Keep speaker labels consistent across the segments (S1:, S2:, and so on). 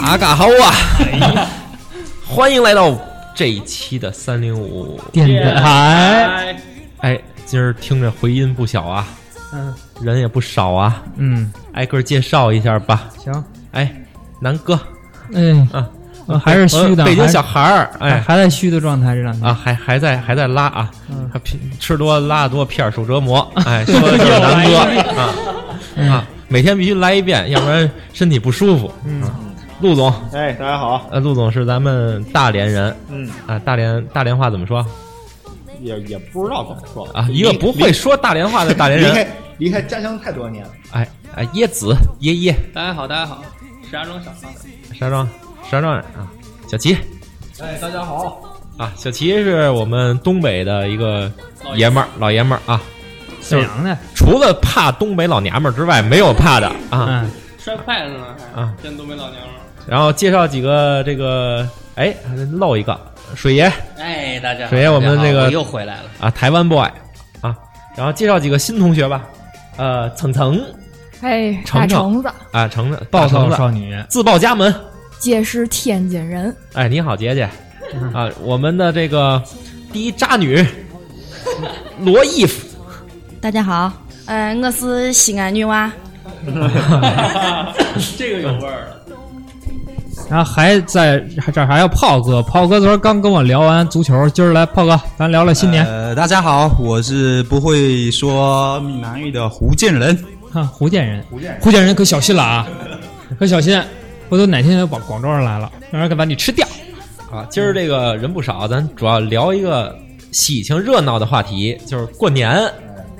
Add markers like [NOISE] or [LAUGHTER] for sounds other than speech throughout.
S1: 啊嘎好啊！
S2: [LAUGHS] 欢迎来到这一期的三零五。
S3: 电台，
S2: 哎，今儿听着回音不小啊，
S3: 嗯
S2: 人也不少啊，
S3: 嗯，
S2: 挨个介绍一下吧。
S3: 行，
S2: 哎，南哥
S3: 哎，
S2: 啊，
S3: 我还是虚的，
S2: 呃北京
S3: 还是
S2: 小孩儿，
S3: 还
S2: 哎
S3: 还在虚的状态，这两天
S2: 啊，还还在还在拉啊，
S3: 嗯
S2: 他平吃多拉多片儿受折
S3: [LAUGHS]
S2: 磨，哎，说的就是南哥啊
S3: 嗯
S2: 啊，每天必须来一遍，要不然身体不舒服。嗯，陆总，
S4: 哎，大家好，
S2: 呃，陆总是咱们大连人
S4: 嗯，
S2: 啊，大连大连话怎么说
S4: 也也不知道怎么说了
S2: 啊？一个不会说大连话的大连
S4: 离
S2: 人，
S4: 开离开家乡太多年了，
S2: 哎哎，椰子椰椰，
S5: 大家好，大家好，石家庄小胖子。
S2: 石家庄石家庄人啊，小齐
S5: 哎，大家好，
S2: 啊，小齐是我们东北的一个
S5: 老
S2: 爷们儿，老爷们儿啊，
S3: 沈阳的，
S2: 除了怕东北老娘们儿之外，没有怕的啊。
S3: 嗯，
S5: 摔筷子呢，还
S2: 啊
S5: 跟东北老娘们儿。
S2: 然后介绍几个这个，哎，还漏一个水爷
S5: 哎，大家好，
S2: 水爷我们
S5: 大家好
S2: 这个
S5: 我又回来了。
S2: 啊，台湾 boy 啊，然后介绍几个新同学吧，呃，层层
S6: 哎，
S2: 成
S6: 大
S2: 成
S6: 橙子，
S2: 啊，橙子
S3: 暴
S2: 大橙
S3: 躁
S2: 子
S3: 少女，
S2: 自报家门，
S6: 借尸天津人，
S2: 哎，你好，杰杰
S3: 嗯
S2: 啊，我们的这个第一渣女罗伊夫。
S7: 大家好，呃，我是西安女娃，
S2: [LAUGHS]
S5: 这个有味儿了。
S3: 然后还在还这儿还有炮哥，炮哥昨儿刚跟我聊完足球，今儿来炮哥，咱聊聊新年，
S8: 呃，大家好，我是不会说闽南语的福建人。
S3: 看啊福建人，
S4: 福建人
S3: 福建人可小心了啊，可小心，回头哪天往广州上来了，让人给把你吃掉。
S2: 啊，今儿这个人不少，咱主要聊一个喜庆热闹的话题，就是过年。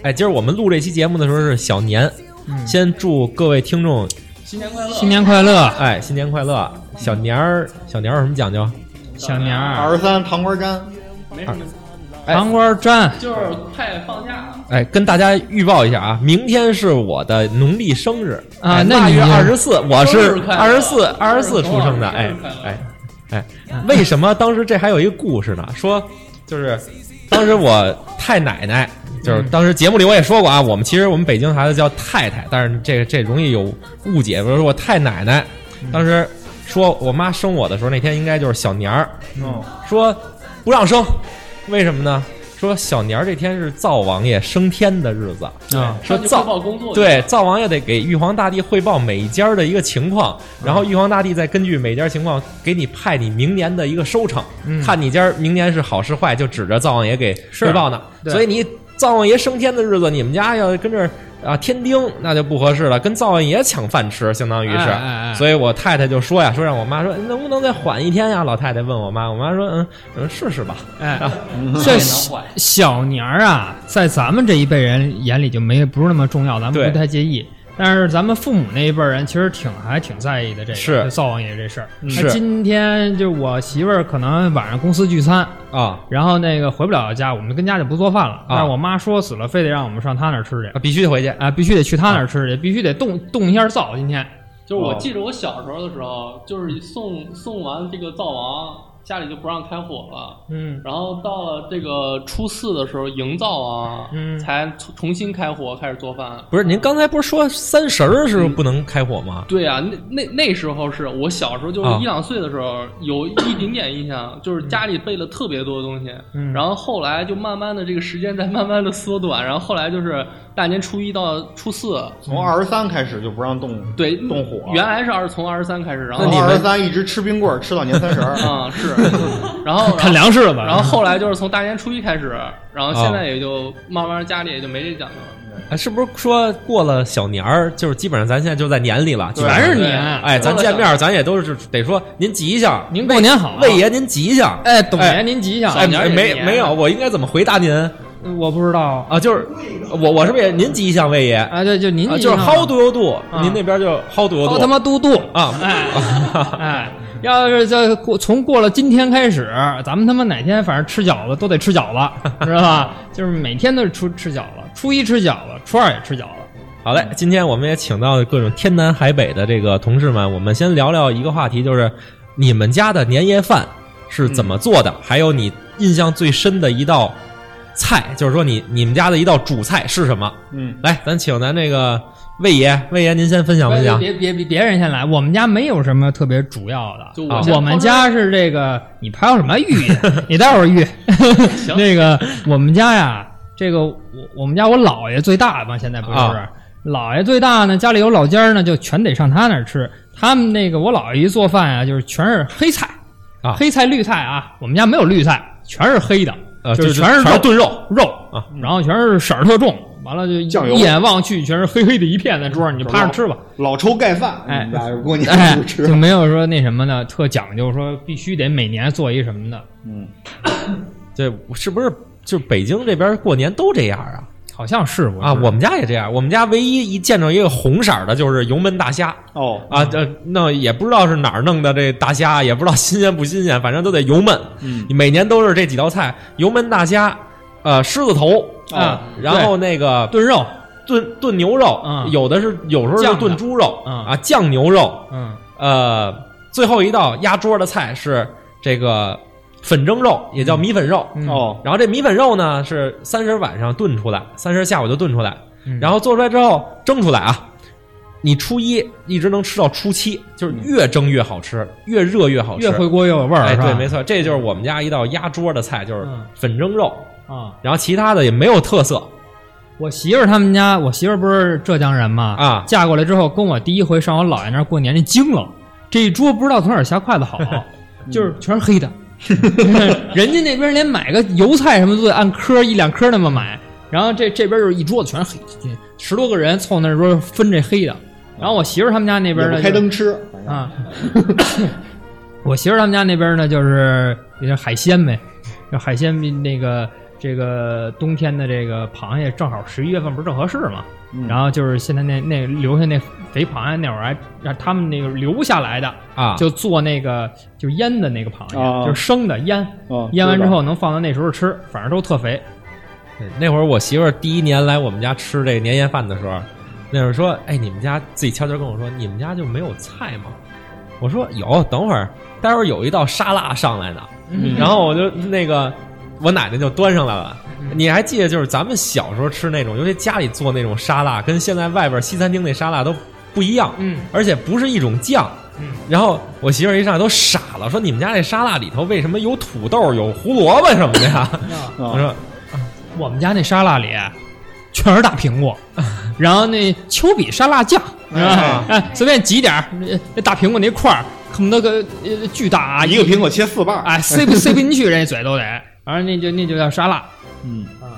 S2: 哎，今儿我们录这期节目的时候是小年，
S3: 嗯
S2: 先祝各位听众
S5: 新年快乐！
S3: 新年快乐，
S2: 哎新年快乐！小年儿，小年儿有什么讲究？
S3: 小年儿，
S4: 二十三糖瓜粘，
S5: 没什么，
S2: 哎
S3: 糖瓜粘，
S5: 就是快放假了。
S2: 哎，跟大家预报一下啊，明天是我的农历生日
S3: 啊
S2: 哎
S3: 那
S2: 腊
S3: 你
S2: 月二十四，我
S5: 生
S2: 是
S5: 日快乐
S2: 二十四，二十四
S5: 生日
S2: 出生的，
S5: 快乐
S2: 哎
S5: 生日快乐
S2: 哎哎，为什么当时这还有一个故事呢？说就是当时我太奶奶，就是
S3: 嗯
S2: 当时节目里我也说过啊，我们其实我们北京孩子叫太太，但是这个这容易有误解，比如说我太奶奶，当时说我妈生我的时候那天应该就是小年儿，
S8: 哦
S4: 嗯，
S2: 说不让生，为什么呢？说小年儿这天是灶王爷升天的日子，
S3: 啊
S2: 说
S5: 上去汇
S2: 灶
S5: 报工作去，
S2: 对灶王爷得给玉皇大帝汇报每一家儿的一个情况，
S3: 嗯
S2: 然后玉皇大帝再根据每家儿情况给你派你明年的一个收成，
S3: 嗯
S2: 看你家儿明年是好是坏，就指着灶王爷给汇报呢。
S3: 对
S2: 所以你灶王爷升天的日子，你们家要跟这儿啊天丁那就不合适了，跟灶王爷抢饭吃，相当于是。
S3: 哎哎哎
S2: 所以我太太就说呀，说让我妈说能不能再缓一天呀？老太太问我妈，我妈说嗯嗯试试吧。
S3: 哎
S2: 啊。
S3: 这
S5: 能
S3: 小
S5: 坏
S3: 小年儿啊，在咱们这一辈人眼里就没不是那么重要，咱
S2: 对
S3: 们不太介意。但是咱们父母那一辈人其实挺还挺在意的这个
S2: 是
S3: 就灶王爷这事儿。
S2: 是
S3: 那今天就我媳妇儿可能晚上公司聚餐，
S2: 啊
S3: 然后那个回不了家，我们跟家就不做饭了。但是我妈说死了，非得让我们上她那儿吃去
S2: 啊，必须得回去。
S3: 啊，必须得去她那儿吃去，必须得动动一下灶。今天
S5: 就是
S2: 哦
S5: 我记着我小时候的时候，就是送送完这个灶王，家里就不让开火了。
S3: 嗯，
S5: 然后到了这个初四的时候，营灶啊，
S3: 嗯
S5: 才重重新开火开始做饭。
S2: 不是您刚才不是说三十儿是不能开火吗？
S5: 对啊，那那那时候是我小时候，就是
S2: 啊
S5: 一两岁的时候，有一点点印象，就是家里备了特别多的东西，
S3: 嗯
S5: 然后后来就慢慢的这个时间在慢慢的缩短，然后后来就是大年初一到初四，
S4: 从二十三开始就不让动，
S5: 对，
S4: 动火，
S5: 原来是二从二十三开始，然后
S4: 从二十三一直吃冰棍儿吃到年三十儿，
S5: [LAUGHS] 啊、
S4: [LAUGHS]
S2: [LAUGHS]
S5: 是，然后
S3: 看粮食了吧？
S5: 然后后来就是从大年初一开始，然后现在也就慢慢家里也就没这讲究了，
S2: 哎，是不是说过了小年儿，就是基本上咱现在就在年里了，
S4: 对
S2: 全
S3: 全
S2: 是
S3: 是
S5: 对
S3: 年，
S2: 哎，咱见面儿咱也都是得说您吉祥，
S3: 您过年好啊，
S2: 魏爷您吉祥，
S3: 哎，董
S2: 哎
S3: 爷您吉祥。
S2: 哎
S5: 小年儿也是
S2: 没
S5: 年
S2: 没有，我应该怎么回答您
S3: 我不知道
S2: 啊？就是我我是不是也您吉祥魏爷啊？
S3: 啊，对，就您
S2: 就是
S3: 好
S2: How do you do？您那边就 How do you
S3: 好啊哦他
S2: do
S3: 妈嘟嘟
S2: 啊
S3: [LAUGHS] 哎哎，要是这过从过了今天开始，咱们他妈哪天反正吃饺子都得吃饺子，
S5: [LAUGHS]
S3: 知道吧？就是每天都是出吃饺子，初一吃饺子，初二也吃饺子。
S2: 好嘞，今天我们也请到各种天南海北的这个同事们，我们先聊聊一个话题，就是你们家的年夜饭是怎么做的，还有你印象最深的一道菜，就是说你你们家的一道主菜是什么？
S4: 嗯，
S2: 来，咱请咱这个魏爷，魏爷您先分享分享。
S3: 别别别别人先来，我们家没有什么特别主要的。
S5: 就
S2: 啊
S5: 我先
S3: 我们
S5: 抛出
S3: 家是这个，你还有什么
S5: [LAUGHS]
S3: 玉？你待会儿玉。
S5: 行
S3: [LAUGHS] 那个我们家呀，这个我我们家我姥爷最大嘛，现在不是、
S2: 啊
S3: 姥爷最大呢，家里有老家儿呢，就全得上他那儿吃。他们那个我姥爷一做饭啊，就是全是黑菜
S2: 啊
S3: 黑菜绿菜啊，我们家没有绿菜，全是黑的，
S2: 呃，
S3: 就
S2: 就是是
S3: 全是
S2: 全
S3: 肉
S2: 是炖肉，
S3: 肉
S2: 啊，
S3: 然后全是色儿特重，完了就
S4: 酱油
S3: 一眼望去全是黑黑的一片在桌上，你就趴着吃吧。
S4: 老抽盖饭，
S3: 哎
S4: 你们俩过年
S3: 哎
S4: 不，吃
S3: 就，没有说那什么的，特讲究说必须得每年做一什么的，
S4: 嗯，
S2: 这是不是就北京这边过年都这样啊？
S3: 好像是我
S2: 啊，
S3: 是
S2: 我们家也这样，我们家唯一一见着一个红色儿的，就是油焖大虾
S4: 哦，
S2: 啊，这那也不知道是哪儿弄的这大虾，也不知道新鲜不新鲜，反正都得油焖。
S4: 嗯，
S2: 每年都是这几道菜：油焖大虾，呃，狮子头，
S3: 啊，
S2: 然后那个
S3: 对炖肉，
S2: 炖炖牛肉，
S3: 嗯
S2: 有的是有时候
S3: 酱
S2: 是
S3: 的
S2: 炖猪肉
S3: 嗯
S2: 啊，酱牛肉，
S3: 嗯，
S2: 呃，最后一道压桌的菜是这个粉蒸肉，也叫米粉肉。
S3: 嗯
S4: 哦，
S2: 然后这米粉肉呢是三十晚上炖出来，三十下午就炖出来，
S3: 嗯
S2: 然后做出来之后蒸出来啊。你初一一直能吃到初七，就是越蒸越好吃，越热越好吃。
S3: 嗯越回锅越有味儿，
S2: 哎，
S3: 是吧
S2: 对，没错，这就是我们家一道压桌的菜，就是
S3: 嗯
S2: 粉蒸肉，
S3: 啊。
S2: 然后其他的也没有特色
S3: 我媳妇儿他们家，我媳妇儿不是浙江人嘛，
S2: 啊。
S3: 嫁过来之后跟我第一回上我姥爷那儿过年，那惊了，这一桌不知道从哪儿下筷子好，啊
S2: [LAUGHS]
S3: 嗯就是全是黑的， [LAUGHS] 人家那边连买个油菜什么都得按颗一两颗那么买，然后这这边就是一桌子全是黑，这十多个人凑那儿桌分这黑的，然后我媳妇儿他们家那
S4: 那
S3: 边呢
S4: 开
S3: 就是
S4: 灯吃，反正
S3: 啊，我媳妇儿他们家那边呢，就是也就是海鲜呗，就海鲜那个这个冬天的这个螃蟹，正好十一月份不是正合适嘛。
S4: 嗯
S3: 然后就是现在那那留下那肥螃蟹那会儿还让他们那个留下来的，
S2: 啊，
S3: 就做那个就腌的那个螃蟹，
S4: 啊
S3: 就是生的腌，
S4: 哦
S3: 腌完
S4: 知
S3: 之
S4: 道
S3: 后能放到那时候吃，反正都特肥。
S2: 那会儿我媳妇儿第一年来我们家吃这年夜饭的时候，那会儿说：“哎，你们家自己悄悄跟我说，你们家就没有菜吗？”我说：“有，等会儿，待会儿有一道沙拉上来呢。”然后我就那个我奶奶就端上来了。你还记得就是咱们小时候吃那种，尤其家里做那种沙拉，跟现在外边西餐厅那沙拉都不一样，
S3: 嗯
S2: 而且不是一种酱。
S3: 嗯
S2: 然后我媳妇儿一上来都傻了，说：“你们家这沙拉里头为什么有土豆、有胡萝卜什么的呀？”我
S4: 啊，
S2: 说
S3: 我们家那沙拉里啊全是大苹
S4: [LAUGHS]
S3: 果，然后那丘比沙拉酱，是吧？哎，随便挤点儿，那那大苹果那块儿恨不得个呃巨大啊，
S4: 一个苹果切四瓣儿，
S3: 哎塞
S4: [LAUGHS]
S3: 不塞不进去，人家嘴都得，反正那就那就叫沙拉。
S4: 嗯
S3: 啊，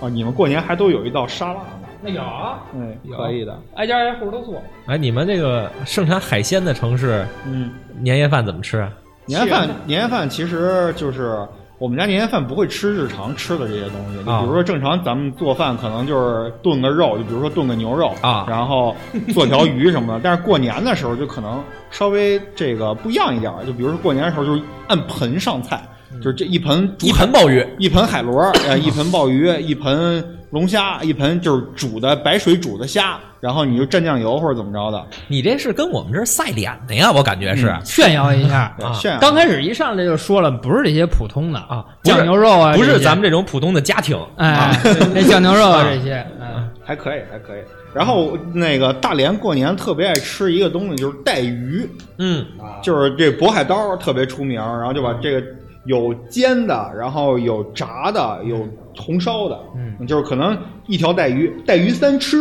S4: 哦，你们过年还都有一道沙拉呢，
S3: 那有啊，
S4: 哎，
S2: 有
S4: 可以的，
S3: 挨家挨户都做。
S2: 哎，你们这个盛产海鲜的城市，
S4: 嗯。
S2: 年夜饭怎么吃啊？
S4: 年夜饭，年夜饭其实就是我们家年夜饭不会吃日常吃的这些东西，就
S2: 啊
S4: 比如说正常咱们做饭可能就是炖个肉，就比如说炖个牛肉
S2: 啊
S4: 然后做条鱼什么的。但是过年的时候就可能稍微这个不一样一点儿，就比如说过年的时候就是按盆上菜，就是这一盆煮
S2: 嗯一盆鲍鱼
S4: 一盆海
S2: [LAUGHS]
S4: 螺，呃，一盆鲍鱼，一盆龙虾，一盆就是煮的白水煮的虾，然后你就蘸酱油或者怎么着的，
S2: 你这是跟我们这儿赛脸的呀？我感觉
S4: 嗯
S2: 是、
S3: 嗯炫耀一下，
S4: 啊 [LAUGHS] 对
S2: 啊
S4: 炫耀
S3: 刚开始一上来就说了，不是这些普通的
S2: 啊，不是
S3: 酱牛肉啊，
S2: 不
S3: 这
S2: 是
S3: 些
S2: 咱们这种普通的家庭。
S3: 哎， [LAUGHS] 那酱牛肉啊这些，
S4: 哎
S3: 嗯
S4: 还可以，还可以。然后那个大连过年特别爱吃一个东西，就是带鱼，啊
S2: 嗯，
S4: 就是这渤海刀特别出名，然后就把这个有煎的，然后有炸的，有红烧的，
S3: 嗯，
S4: 就是可能一条带鱼，带鱼三吃，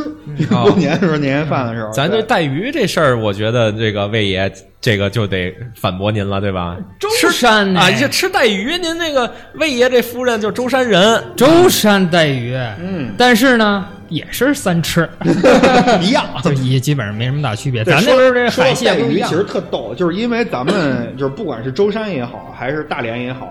S2: 哦
S4: [LAUGHS] 过年的时候年夜饭的时候，
S2: 咱这
S4: 对
S2: 带鱼这事儿，我觉得这个魏爷这个就得反驳您了，对吧？
S3: 舟山呢
S2: 啊，这吃带鱼，您那个魏爷这夫人就舟山人，
S3: 舟山带鱼，
S4: 嗯
S3: 但是呢，也是三吃，
S4: [LAUGHS] 一样。
S3: [LAUGHS] 就也基本上没什么大区别。
S4: 对
S3: 咱
S4: 说
S3: 那边这
S4: 说
S3: 海
S4: 到
S3: 蟹
S4: 带
S3: 不一
S4: 鱼
S3: 样
S4: 其实特逗，就是因为咱
S3: [CLEARS THROAT]
S4: 们就是不管是舟山也好，还是大连也好，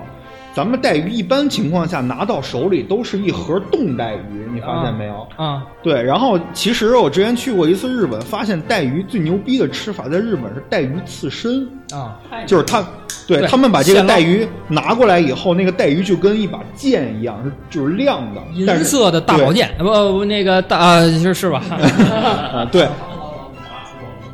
S4: 咱们带鱼一般情况下拿到手里都是一盒冻带鱼，你发现没有？
S9: 嗯
S3: 啊，
S4: 对，然后其实我之前去过一次日本，发现带鱼最牛逼的吃法在日本是带鱼刺身，
S3: 啊，
S4: 就
S1: [LAUGHS]
S4: 是他，对
S3: 对
S4: 他们把这个
S3: 现捞
S4: 带鱼拿过来以后，那个带鱼就跟一把剑一样，是就是亮的，
S3: 银
S4: 但是
S3: 色
S4: [LAUGHS]
S3: 呃的大宝剑，不不，那个大啊，是是吧？
S4: 啊，对，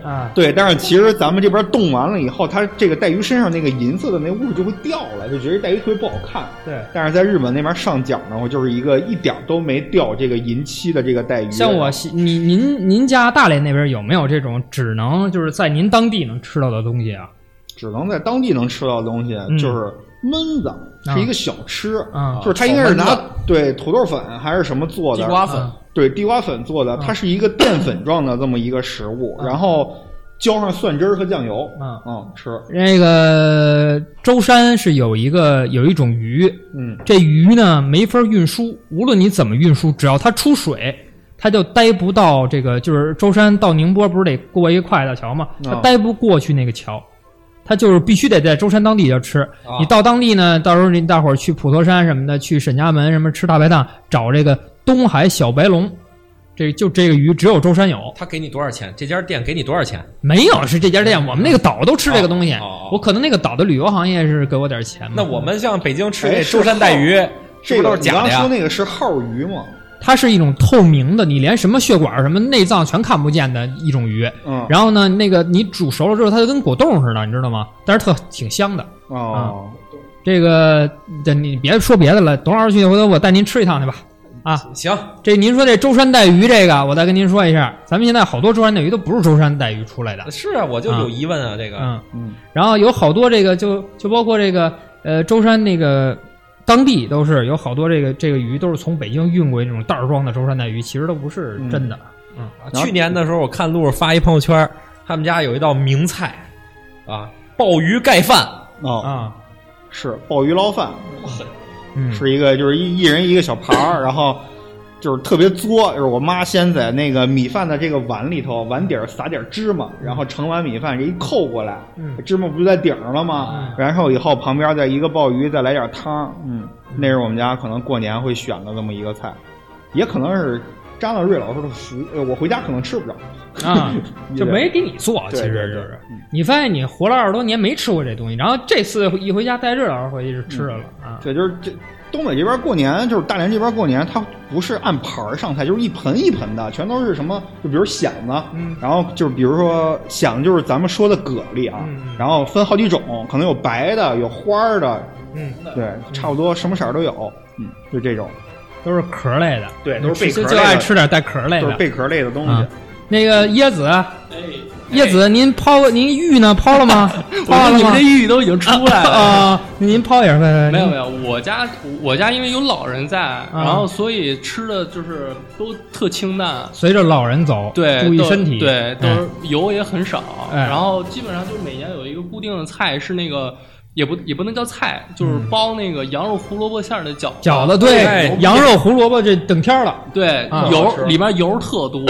S3: 啊，
S4: 对，但是其实咱们这边冻完了以后，它这个带鱼身上那个银色的那雾就会掉了，就觉得带鱼特别不好看。
S3: 对，
S4: 但是在日本那边上奖呢，我就是一个一点儿都没掉这个银漆的这个带鱼。
S3: 像我西你您您家大连那边有没有这种只能就是在您当地能吃到的东西啊？
S4: 只能在当地能吃到的东西，
S3: 嗯
S4: 就是焖子，是一个小吃，
S3: 啊
S4: 就是它应该是拿
S5: 炒焖子
S4: 对土豆粉还是什么做
S5: 地
S4: 的，
S5: 瓜粉
S3: 啊，
S4: 对地瓜粉做的，它是一个淀粉状的这么一个食物，然后浇上蒜汁儿和酱油，
S3: 啊
S4: 嗯，吃，
S3: 那个舟山是有一个有一种鱼，
S4: 嗯，
S3: 这鱼呢没法运输，无论你怎么运输，只要它出水，它就待不到这个，就是舟山到宁波不是得过一个跨海大桥吗？它
S4: 啊
S3: 待不过去那个桥，它就是必须得在舟山当地就吃。你到当地呢，到时候您大伙儿去普陀山什么的，去沈家门什么吃大排档，找这个东海小白龙，这就这个鱼只有舟山有。
S2: 他给你多少钱？这家店给你多少钱？
S3: 没有是这家店，我们那个岛都吃这个东西。
S2: 哦哦哦
S3: 我可能那个岛的旅游行业是给我点钱嘛。
S2: 那我们像北京吃
S4: 哎
S2: 那舟山带鱼，
S4: 这
S2: 是不是
S4: 个
S2: 都是假
S4: 你
S2: 的
S4: 刚
S2: 呀
S4: 说？那个是耗鱼嘛，
S3: 它是一种透明的，你连什么血管、什么内脏全看不见的一种鱼。
S2: 哦
S4: 嗯，
S3: 然后呢，那个你煮熟了之后，它就跟果冻似的，你知道吗？但是特挺香的。啊
S4: 哦，
S3: 这个，这你别说别的了，董老师去，回头我带您吃一趟去吧。啊，
S2: 行，
S3: 这您说这舟山带鱼这个，我再跟您说一下，咱们现在好多舟山带鱼都不是舟山带鱼出来的，
S2: 是啊，我就有疑问啊，这个
S3: 嗯，
S4: 嗯，
S3: 然后有好多这个就就包括这个呃舟山那个当地都是有好多这个这个鱼都是从北京运过去那种袋儿装的舟山带鱼，其实都不是真的。
S4: 嗯
S2: 嗯
S3: 啊
S4: 然后
S2: 去年的时候，我看路上
S4: [LAUGHS]
S2: 发一朋友圈，他们家有一道名菜啊，鲍鱼盖饭。
S4: 哦，
S3: 啊，
S4: 是鲍鱼捞饭，
S3: 嗯，
S4: 是一个就是一一人一个小盘儿，然后就是特别作，就是我妈先在那个米饭的这个碗里头碗底儿撒点芝麻，然后盛碗米饭这一扣过来，
S3: 嗯
S4: 芝麻不就在顶上了吗？
S3: 嗯
S4: 然后以后旁边再一个鲍鱼，再来点汤，嗯，那是我们家可能过年会选的这么一个菜，也可能是张大瑞老师的福，呃我回家可能吃不着，
S3: 啊，就
S4: 嗯对
S3: 没给你做，其
S4: 对
S3: 实
S4: 对嗯
S3: 就
S4: 对
S3: 是你发现你活了二十多年没吃过这东西，然后这次一回家带这老师回去就吃着了啊。
S4: 嗯对，就是这东北这边过年，就是大连这边过年，它不是按盘儿上菜，就是一盆一盆的，全都是什么，就比如蚬子，
S3: 嗯
S4: 然后就是比如说蚬，就是咱们说的蛤蜊啊，
S3: 嗯嗯
S4: 然后分好几种，可能有白的，有花儿的，
S3: 嗯，
S4: 对，差不多什么色儿都有，嗯，就这种，
S3: 都是壳类的，
S4: 对都是贝壳
S3: 就
S4: 类的
S3: 就爱吃点带壳类
S4: 就是
S3: 的
S4: 贝壳类的东西。
S3: 啊。那个椰子，啊
S5: 哎，
S3: 椰子，您抛您玉呢？抛
S5: [LAUGHS]
S3: 了吗？
S5: 我
S3: 抛
S5: 说
S3: 了
S5: 你们
S3: 吗
S5: 这？抑郁都已经出来了。
S3: 啊， [LAUGHS] 您抛一下呗。
S5: 没有
S3: 您
S5: 没有，我家我家因为有老人在，
S3: 啊
S5: 然后所以吃的就是都特清淡，
S3: 随着老人走，
S5: 对，
S3: 注意
S5: 都
S3: 身体，
S5: 对，都是油也很少，
S3: 哎
S5: 然后基本上就每年有一个固定的菜是那个。也不也不能叫菜，就是包那个羊肉胡萝卜馅儿的饺子。
S3: 嗯饺子
S2: 哎
S3: 对，羊肉胡萝卜这等天儿了，
S5: 对
S3: 啊
S5: 油里边油特
S4: [LAUGHS]
S5: 多，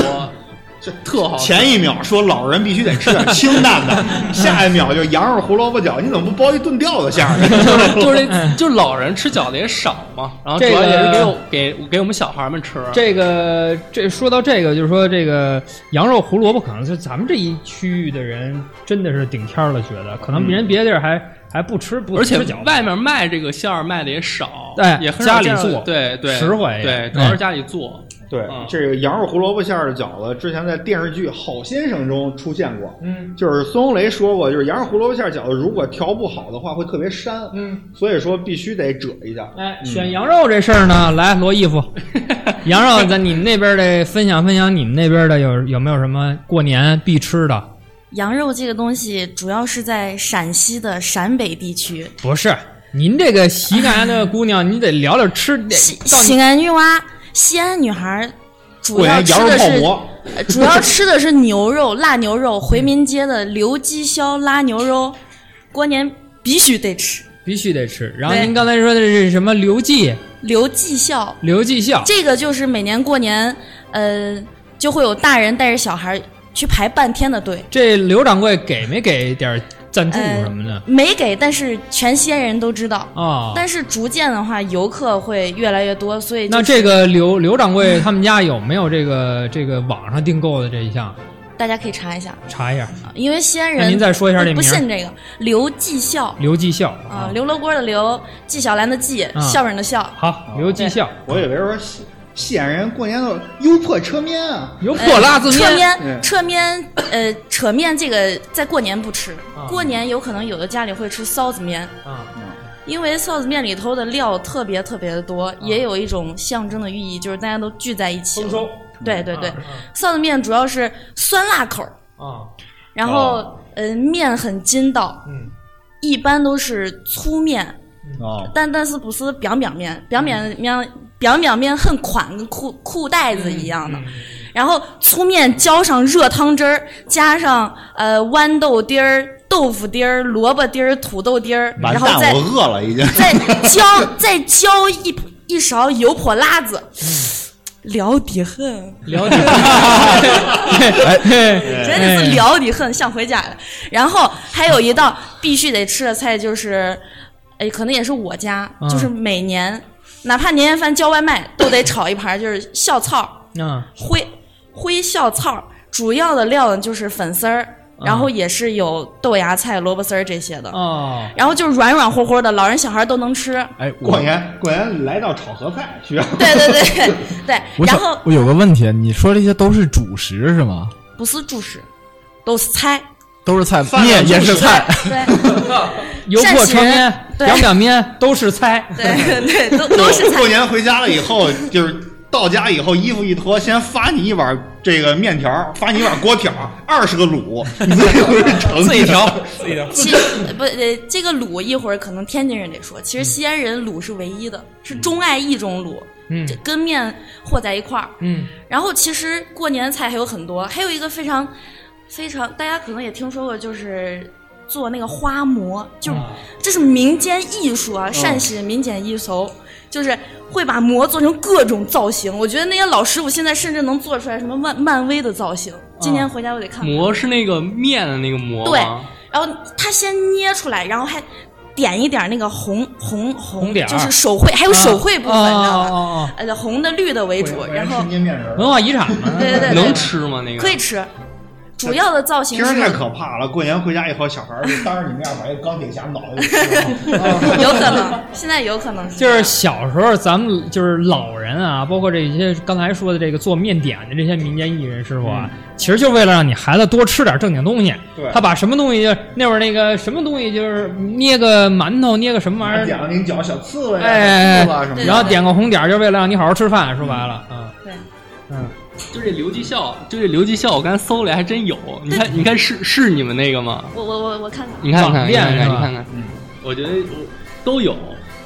S5: 这特好吃。
S4: 前一秒说老人必须得吃点清淡的，下一秒就羊肉胡萝卜饺，你怎么不包一炖吊子馅儿的？
S5: [LAUGHS] 就是这就老人吃饺子也少嘛，然后主
S3: 这
S5: 要也是给
S3: 个
S5: 我给给我们小孩们吃。啊
S3: 这个这说到这个，就是说这个羊肉胡萝卜，可能是咱们这一区域的人真的是顶天儿了，觉得可能别人别的地儿还、还不吃，不
S5: 嗯而且
S3: 吃饺子
S5: 外面卖这个馅儿卖的也少，
S3: 哎
S5: 也很少
S3: 家里
S5: 见到
S3: 做
S5: 对对，
S3: 实惠
S5: 对，
S3: 嗯
S5: 主要是家里做。
S4: [LAUGHS] 对
S5: 嗯，
S4: 这个羊肉胡萝卜馅儿的饺子，之前在电视剧《好先生》中出现过。嗯，就是孙红雷说过，就是羊肉胡萝卜馅儿饺子如果调不好的话，会特别膻。
S3: 嗯，
S4: 所以说必须得褶一下。嗯
S3: 哎，选羊肉这事儿呢，来罗义夫，羊肉在你们那边的分享分享，你们那边的有有没有什么过年必吃的？
S7: 羊肉这个东西主要是在陕西的陕北地区，
S3: 不是，您这个西安的姑娘，你得聊聊吃的。
S7: 西
S3: 到你
S7: 西安女娃，西安女孩儿主
S4: 过
S7: 要
S4: 年
S7: 吃
S4: 羊肉
S7: 的
S4: 泡
S7: 是
S4: 馍，
S7: 呃主要吃的是牛肉、辣牛肉，回民街的刘记肖拉牛肉，过年必须得吃
S3: [LAUGHS] 必须得吃。然后
S7: 对
S3: 您刚才说的是什么刘记
S7: 刘记肖，
S3: 刘记孝？
S7: 这个就是每年过年，呃，就会有大人带着小孩儿去排半天的队，
S3: 这刘掌柜给没给点儿赞助
S7: 呃
S3: 什么的
S7: 没给，但是全西安人都知道。
S3: 啊？
S7: 但是逐渐的话，游客会越来越多，所以就嗯
S3: 那这个刘刘掌柜他们家有没有这个这个网上订购的这一项？
S7: 大家可以查一下，
S3: 查一下。啊
S7: 因为西安
S3: 那
S7: 人呃
S3: 您再说一下这名儿
S7: 不信这个刘记孝
S3: 刘记孝
S7: 哦啊，刘罗锅的刘，纪晓岚的纪，
S3: 啊
S7: 孝顺的孝。
S3: 好，刘记孝
S4: 我以为说西显然过年的油泼车面啊，
S3: 油泼辣子
S7: 扯
S3: 面，
S4: 嗯
S7: 哎呃面，扯面，呃，扯面这个在过年不吃
S3: 啊，
S7: 过年有可能有的家里会吃臊子面，
S3: 啊
S10: 嗯
S7: 因为臊子面里头的料特别特别的多，
S3: 啊
S7: 也有一种象征的寓意，就是大家都聚在一起
S3: 丰
S7: 了。
S3: 收
S7: 对对对
S3: 啊，
S7: 臊子面主要是酸辣口儿，
S4: 嗯
S3: 啊，
S7: 然
S4: 哦
S7: 后呃面很筋道，
S3: 嗯
S7: 一般都是粗面，
S4: 哦，
S7: 但但是不是扁扁面，扁
S4: 嗯
S7: 扁面扁扁面很宽，跟裤裤带
S4: 嗯
S7: 子一样的。然后粗面浇上热汤汁儿，加上呃豌豆丁儿、豆腐丁儿、萝卜丁儿、土豆丁儿，
S4: 完
S7: 然后再
S4: 蛋，我饿了已经。
S7: 再浇再浇一一勺油泼辣子，
S4: 嗯
S7: 撩底恨，
S3: 了解。哎，
S7: 真的是撩底恨，想回家了。然后还有一道必须得吃的菜就是，哎，可能也是我家，
S3: 嗯
S7: 就是每年哪怕年夜饭叫外卖都得炒一盘儿，就是小炒儿
S3: 啊
S7: 灰灰小炒儿，主要的料呢就是粉丝儿，
S1: 嗯
S7: 然后也是有豆芽菜、萝卜丝儿这些的。
S3: 哦，
S7: 然后就是软软和和的，老人小孩都能吃。
S1: 哎，
S4: 过
S1: 我
S4: 年过年来到炒合菜需要
S7: 对对对对，
S1: 我
S7: 然
S1: 想
S7: 后
S1: 我有个问题，你说这些都是主食是吗？
S7: 不是主食，都是菜。
S1: 都是菜，
S4: 饭啊
S1: 面也
S4: 主
S1: 是
S4: 食
S1: 菜，
S7: 对
S1: [LAUGHS]
S7: [LAUGHS]
S3: 油泼车
S7: 膳
S3: 面、
S7: 对
S3: 凉拌面都是菜。
S7: 对对，都都是菜
S4: 过。年回家了以后，就是到家以后衣服一脱，先发你一碗这个面条，发你一碗锅条，二十个卤，你自己回去盛
S2: 自己调，自己调。
S7: 其
S5: [LAUGHS]
S7: 实不，呃，这个卤一会儿可能天津人得说，其实
S5: 嗯
S7: 西安人卤是唯一的，是钟爱一种卤，
S3: 嗯
S7: 这跟面和在一块儿。
S3: 嗯，
S7: 然后其实过年菜还有很多，还有一个非常非常大家可能也听说过，就是做那个花馍，就、
S5: 嗯
S3: 嗯
S7: 这是民间艺术啊，陕西民间艺术，就是会把馍做成各种造型。我觉得那些老师傅现在甚至能做出来什么漫漫威的造型。今年回家我得看看。
S5: 嗯馍是那个面的那个馍
S7: 对
S5: 吗，
S7: 然后他先捏出来，然后还点一点那个红红红
S3: 红点儿
S7: 就是手绘，还有手绘部分，你知道
S3: 哦
S7: 吗？
S3: 哦
S7: 呃，红的绿的为主，然后
S4: 捏面
S3: 哦
S4: 人
S3: 文化遗产嘛。
S7: [LAUGHS] 对对对对
S5: 能吃吗？那个
S7: 可以吃。主要的造型
S4: 听着太
S7: 是
S4: 可怕了。过年回家以后，小孩儿就当着你面把一个钢铁侠脑袋给吃了。
S7: [LAUGHS] 有可能，现在有可能是
S3: 就是小时候，咱们就是老人啊，包括这些刚才说的这个做面点的这些民间艺人师傅啊，其实就是为了让你孩子多吃点正经东西。
S4: 嗯对
S3: 他把什么东西就是那会儿那个什么东西就是捏个馒头，捏个什么玩意
S4: 点
S3: 儿，
S4: 了您脚小刺猬啊、
S3: 哎
S4: 小兔子啊什么的
S7: 对
S3: 然后点个红点儿，就是为了让你好好吃饭。说白了，嗯
S7: 对，
S3: 嗯，
S5: 就这刘继孝，就这刘继孝，我刚才搜了，还真有。你看，你看是是你们那个吗？
S7: 我我我我看看，
S5: 你看
S3: 网
S5: 看，你
S3: 店
S5: 看
S3: 是
S5: 看，
S3: 吧嗯
S5: 你看看，我觉得我都有。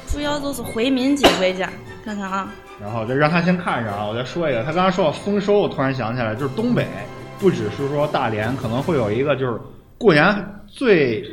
S7: 猪腰都是回民节回家，看看啊，
S4: 然后再让他先看着啊，我再说一个。他刚才说到丰收，我突然想起来，就是东北不只是说大连，可能会有一个就是过年最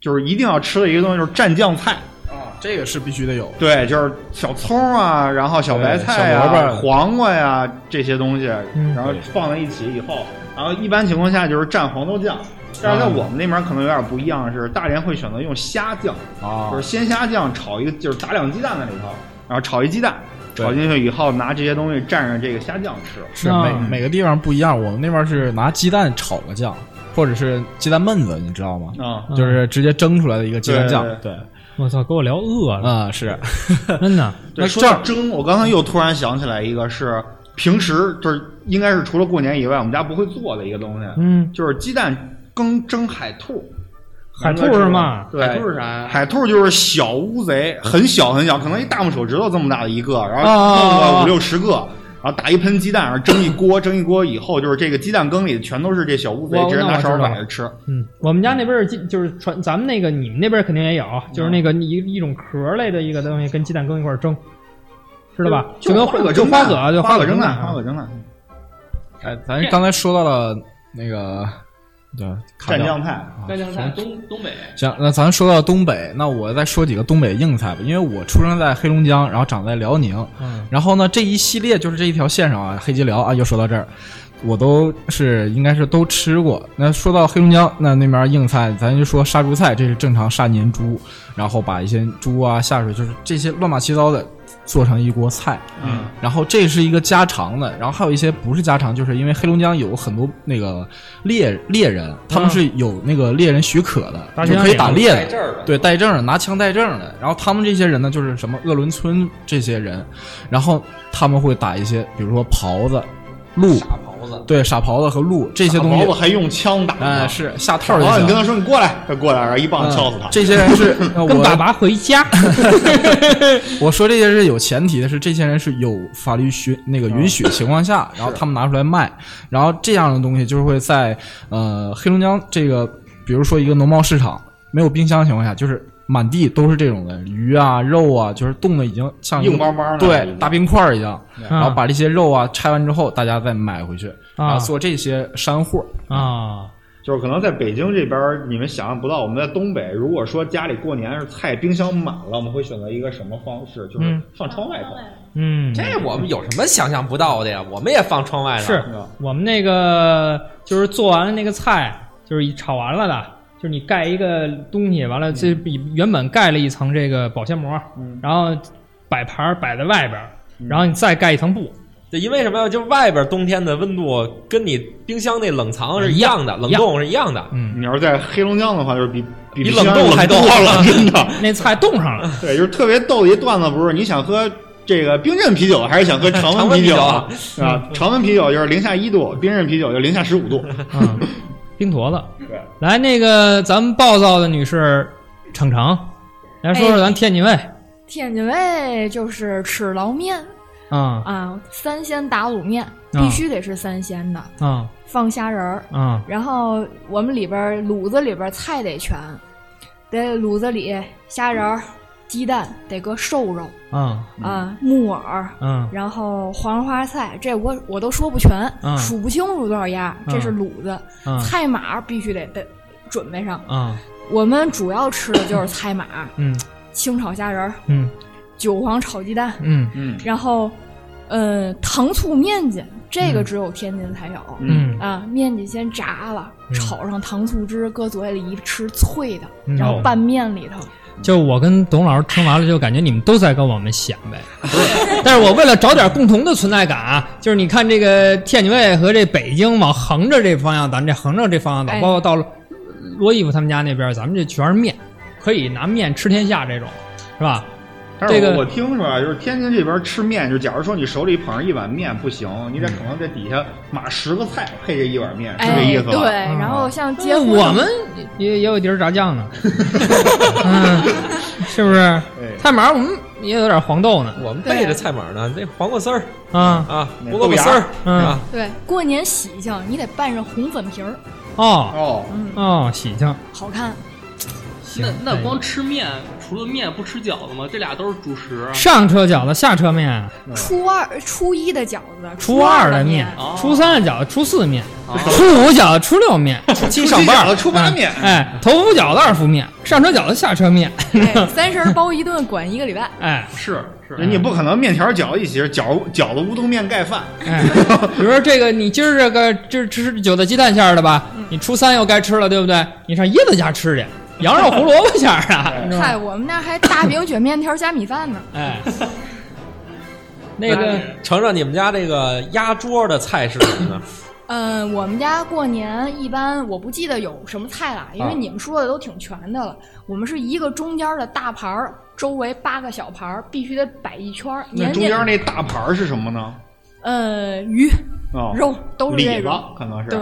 S4: 就是一定要吃的一个东西，就是蘸酱菜。
S1: 啊，这个是必须得有。
S4: 对，就是小葱啊，然后小白菜呀、
S1: 对小萝卜
S4: 黄瓜呀、这些东西，
S3: 嗯
S4: 然后放在一起以后，然后一般情况下就是蘸黄豆酱。但
S1: 啊
S4: 是在我们那边可能有点不一样，是大连会选择用虾酱，
S1: 啊
S4: 就是鲜虾酱炒一个，就是打两鸡蛋在里头，然后炒一鸡蛋，炒进去以后拿这些东西蘸上这个虾酱
S1: [LAUGHS]
S4: 吃。嗯
S1: 是
S3: 啊
S1: 每每个地方不一样，我们那边是拿鸡蛋炒个酱，或者是鸡蛋焖子，你知道吗？
S4: 啊、
S3: 嗯
S1: 就是直接蒸出来的一个鸡蛋酱。对，
S3: 我操，给我聊饿了，
S1: 啊是，
S3: [LAUGHS] 真的。
S4: 对，
S1: 那
S4: 说
S1: 这
S4: 到
S1: 样
S4: 蒸，我刚才又突然想起来一个是平时就是应该是除了过年以外，我们家不会做的一个东西，
S3: 嗯，
S4: 就是鸡蛋羹蒸海兔。
S3: 海兔是嘛？
S4: 对，
S5: 海兔是啥呀？
S4: 海兔就是小乌贼，很小很小，可能一大拇手指头这么大的一个，然后
S3: 啊
S4: 弄个五六十个，然后打一盆鸡蛋，然后蒸一锅，蒸一锅以后，就是这个鸡蛋羹里全都是这小乌贼
S3: 我，
S4: 直接
S3: 那我
S4: 拿
S3: 知
S4: 勺
S3: 道
S4: 蒯
S3: 了
S4: 着吃。
S3: 嗯，我们家那边儿鸡就是传咱们那个，你们那边儿肯定也有，
S4: 嗯
S3: 就是那个一一种壳儿类的一个东西，跟鸡蛋羹一块儿蒸，知道吧？
S4: 就
S3: 跟
S4: 花蛤
S3: 就
S4: 蒸
S3: 花
S4: 蛋
S3: 蛤，就
S4: 花
S3: 蛤
S4: 蒸
S3: 蛋
S4: 花
S3: 啊
S4: 蛤蒸蛋，
S1: 哎，咱刚才说到了那个，对，卡
S4: 蘸
S1: 掉
S4: 酱菜。
S1: 啊
S5: 干酱菜，东东北。
S1: 行，那咱说到东北，那我再说几个东北硬菜吧，因为我出生在黑龙江，然后长在辽宁，
S3: 嗯，
S1: 然后呢，这一系列就是这一条线上啊，黑吉辽啊，又说到这儿，我都是应该是都吃过。那说到黑龙江，那那边硬菜，咱就说杀猪菜，这是正常杀年猪，然后把一些猪啊下水，就是这些乱八七糟的，做成一锅菜。
S4: 嗯，
S1: 然后这是一个家常的，然后还有一些不是家常，就是因为黑龙江有很多那个猎猎人，他们是有那个猎人许可的，
S3: 大
S1: 就
S3: 兴安
S1: 可以打
S3: 岭
S1: 猎
S2: 带证儿的
S1: 对，带证儿的，拿枪带证儿的。然后他们这些人呢，就是什么鄂伦春这些人，然后他们会打一些，比如说狍子、鹿，
S2: 傻狍子，
S1: 对，傻狍子和鹿这些
S4: 打
S1: 东
S4: 包
S1: 西，
S4: 子还用枪打呢，
S1: 哎，是下套儿
S4: 然
S1: 就
S4: 后你
S1: 行
S4: 跟。他说你过来，他过来，然后一棒
S1: 嗯
S4: 敲死他。
S1: 这些人
S4: [LAUGHS]
S1: 是呃
S3: 跟
S1: 我
S3: 爸爸回家，
S1: 我说这些是有前提的，是这些人是有法律许那个允许的情况下，
S4: 嗯
S1: 然后他们拿出来卖，然后这样的东西就是会在呃黑龙江这个，比如说一个农贸市场没有冰箱的情况下，就是满地都是这种的鱼啊、肉啊，就是冻的已经像一个
S4: 硬邦邦的嗯
S1: 对，大冰块儿一样。然后
S3: 啊
S1: 把这些肉啊拆完之后，大家再买回去，然
S3: 啊
S1: 后做这些山货。
S3: 啊，
S4: 就是可能在北京这边儿，你们想象不到，我们在东北，如果说家里过年是菜冰箱满了，我们会选择一个什么方式？就是
S3: 嗯
S4: 放窗外头。
S3: 嗯，
S2: 这哎我们有什么想象不到的呀？我们也放窗外了，
S3: 是我们那个就是做完了那个菜，就是炒完了的，就是你盖一个东西，完了这比原本盖了一层这个保鲜膜，
S4: 嗯
S3: 然后摆盘儿摆在外边儿，然后你再盖一层布，
S2: 对，因为什么呀？就外边冬天的温度跟你冰箱那冷藏是一样的，冷冻是一样的。
S3: 嗯，
S4: 你要是在黑龙江的话，就是比比
S2: 比
S4: 冰箱
S2: 冷冻还
S4: 冷
S2: 冻
S4: 了， [LAUGHS] 真的。
S3: [LAUGHS] 那菜冻上了，
S4: 对，就是特别逗的一段子，不是你想喝这个冰镇啤酒，还是想喝常
S2: 常温
S4: 温
S2: 啤
S4: 啤
S2: 酒
S4: 酒啊？啊，常温啤酒就是零下一度，冰镇啤酒就零下十五度。
S3: [LAUGHS] 嗯，冰坨子。
S4: 对，
S3: 来，那个咱们暴躁的女士程程，来说说咱天津卫
S6: 天津卫哎就是吃捞面
S3: 啊
S6: 啊，三鲜打卤面
S3: 嗯
S6: 必须得是三鲜的，
S2: 嗯
S3: 啊
S6: 放虾仁儿，
S3: 啊
S6: 然后我们里边儿卤子里边儿菜得全，得卤子里虾仁儿、鸡蛋得搁瘦肉
S2: 嗯
S3: 啊
S9: 嗯
S6: 啊、木耳，
S3: 啊
S6: 然后黄花菜，这我我都说不全，
S3: 嗯
S6: 数不清楚多少样，这是
S3: 嗯
S6: 卤子，
S3: 嗯
S6: 菜码必须得得准备上。
S3: 啊，
S6: 我们主要吃的就是菜码
S3: 嗯
S6: 清炒虾仁儿、
S3: 嗯
S6: 韭黄炒鸡蛋，
S3: 嗯
S4: 嗯
S6: 然后，呃，糖醋面筋，这个只有天津才有。
S3: 嗯
S6: 啊，面筋先炸了，
S3: 嗯
S6: 炒上糖醋汁，搁嘴里一吃脆的，
S3: 嗯
S6: 然后拌面里头。
S3: 就我跟董老师听完了，就感觉你们都在跟我们显摆。 [LAUGHS] 但是我为了找点共同的存在感啊，就是你看这个天津卫和这北京往横着这方向咱这横着这方向走，
S6: 哎
S3: 包括到了罗姨夫他们家那边，咱们这全是面，可以拿面吃天下这种，是吧？
S4: [LAUGHS] 但是
S3: 这
S4: 我
S3: 个
S4: 我听说啊，就是天津这边吃面，就假如说你手里捧上一碗面不行，你得
S3: 嗯
S4: 可能在底下码十个菜配这一碗面，是这
S6: 哎，
S4: 意思吧？
S6: 对，然后像结
S3: 那
S6: 婚，
S3: 嗯我们也也有碟儿炸酱呢，嗯，是不是？菜码我们也有点黄豆呢，
S2: 哎我们备着菜码呢，那黄瓜丝儿
S3: 啊，
S2: 啊，
S4: 那
S2: 胡萝卜
S4: 豆芽
S2: 丝儿
S3: 嗯
S2: 啊，
S6: 对过年喜庆，你得拌上红粉皮儿，
S3: 哦
S4: 哦，
S3: 哦，喜庆，
S6: 好看。
S3: 行
S5: 那那
S3: 哎
S5: 光吃面，除了面不吃饺子吗？这俩都是主食啊。
S3: 上车饺子，下车面，
S4: 嗯
S9: 嗯
S6: 初二、初一的饺子，
S3: 初
S6: 二
S3: 二的面
S6: 面，
S5: 哦，
S3: 初三的饺子，初四面，初五饺子，初六面，哦 [LAUGHS] 初七上班
S4: 初七饺子初八面
S3: 嗯哎，头伏饺子，二伏面，上车饺子，下车面， [LAUGHS]
S6: 哎，三十儿包一顿，管一个礼拜。
S3: 哎
S5: 是是，
S4: 人家不可能面条饺子一起，饺饺子乌冬面盖饭，
S3: 哎，比如说这个，你今儿这个这吃韭菜鸡蛋馅儿的吧，你初三又该吃了，对不对？你上椰子家吃去，羊肉胡萝卜馅儿 [LAUGHS] 啊，你知道吗
S6: 嗨，我们那儿还大饼卷面条加米饭呢。
S3: 哎，那个
S2: 尝尝你们家这个压桌的菜是什
S3: [LAUGHS]
S2: 么呢？
S6: 嗯、我们家过年一般我不记得有什么菜了，因为你们说的都挺全的了。我们是一个中间的大盘儿，周围八个小盘儿，必须得摆一圈儿。
S4: 那
S6: 年
S4: 中间
S6: 年
S4: 那大盘儿是什么呢？
S6: 呃鱼
S4: 哦，
S6: 肉都是
S4: 里
S6: 这
S4: 吧
S6: 种，
S4: 可能是
S6: 对，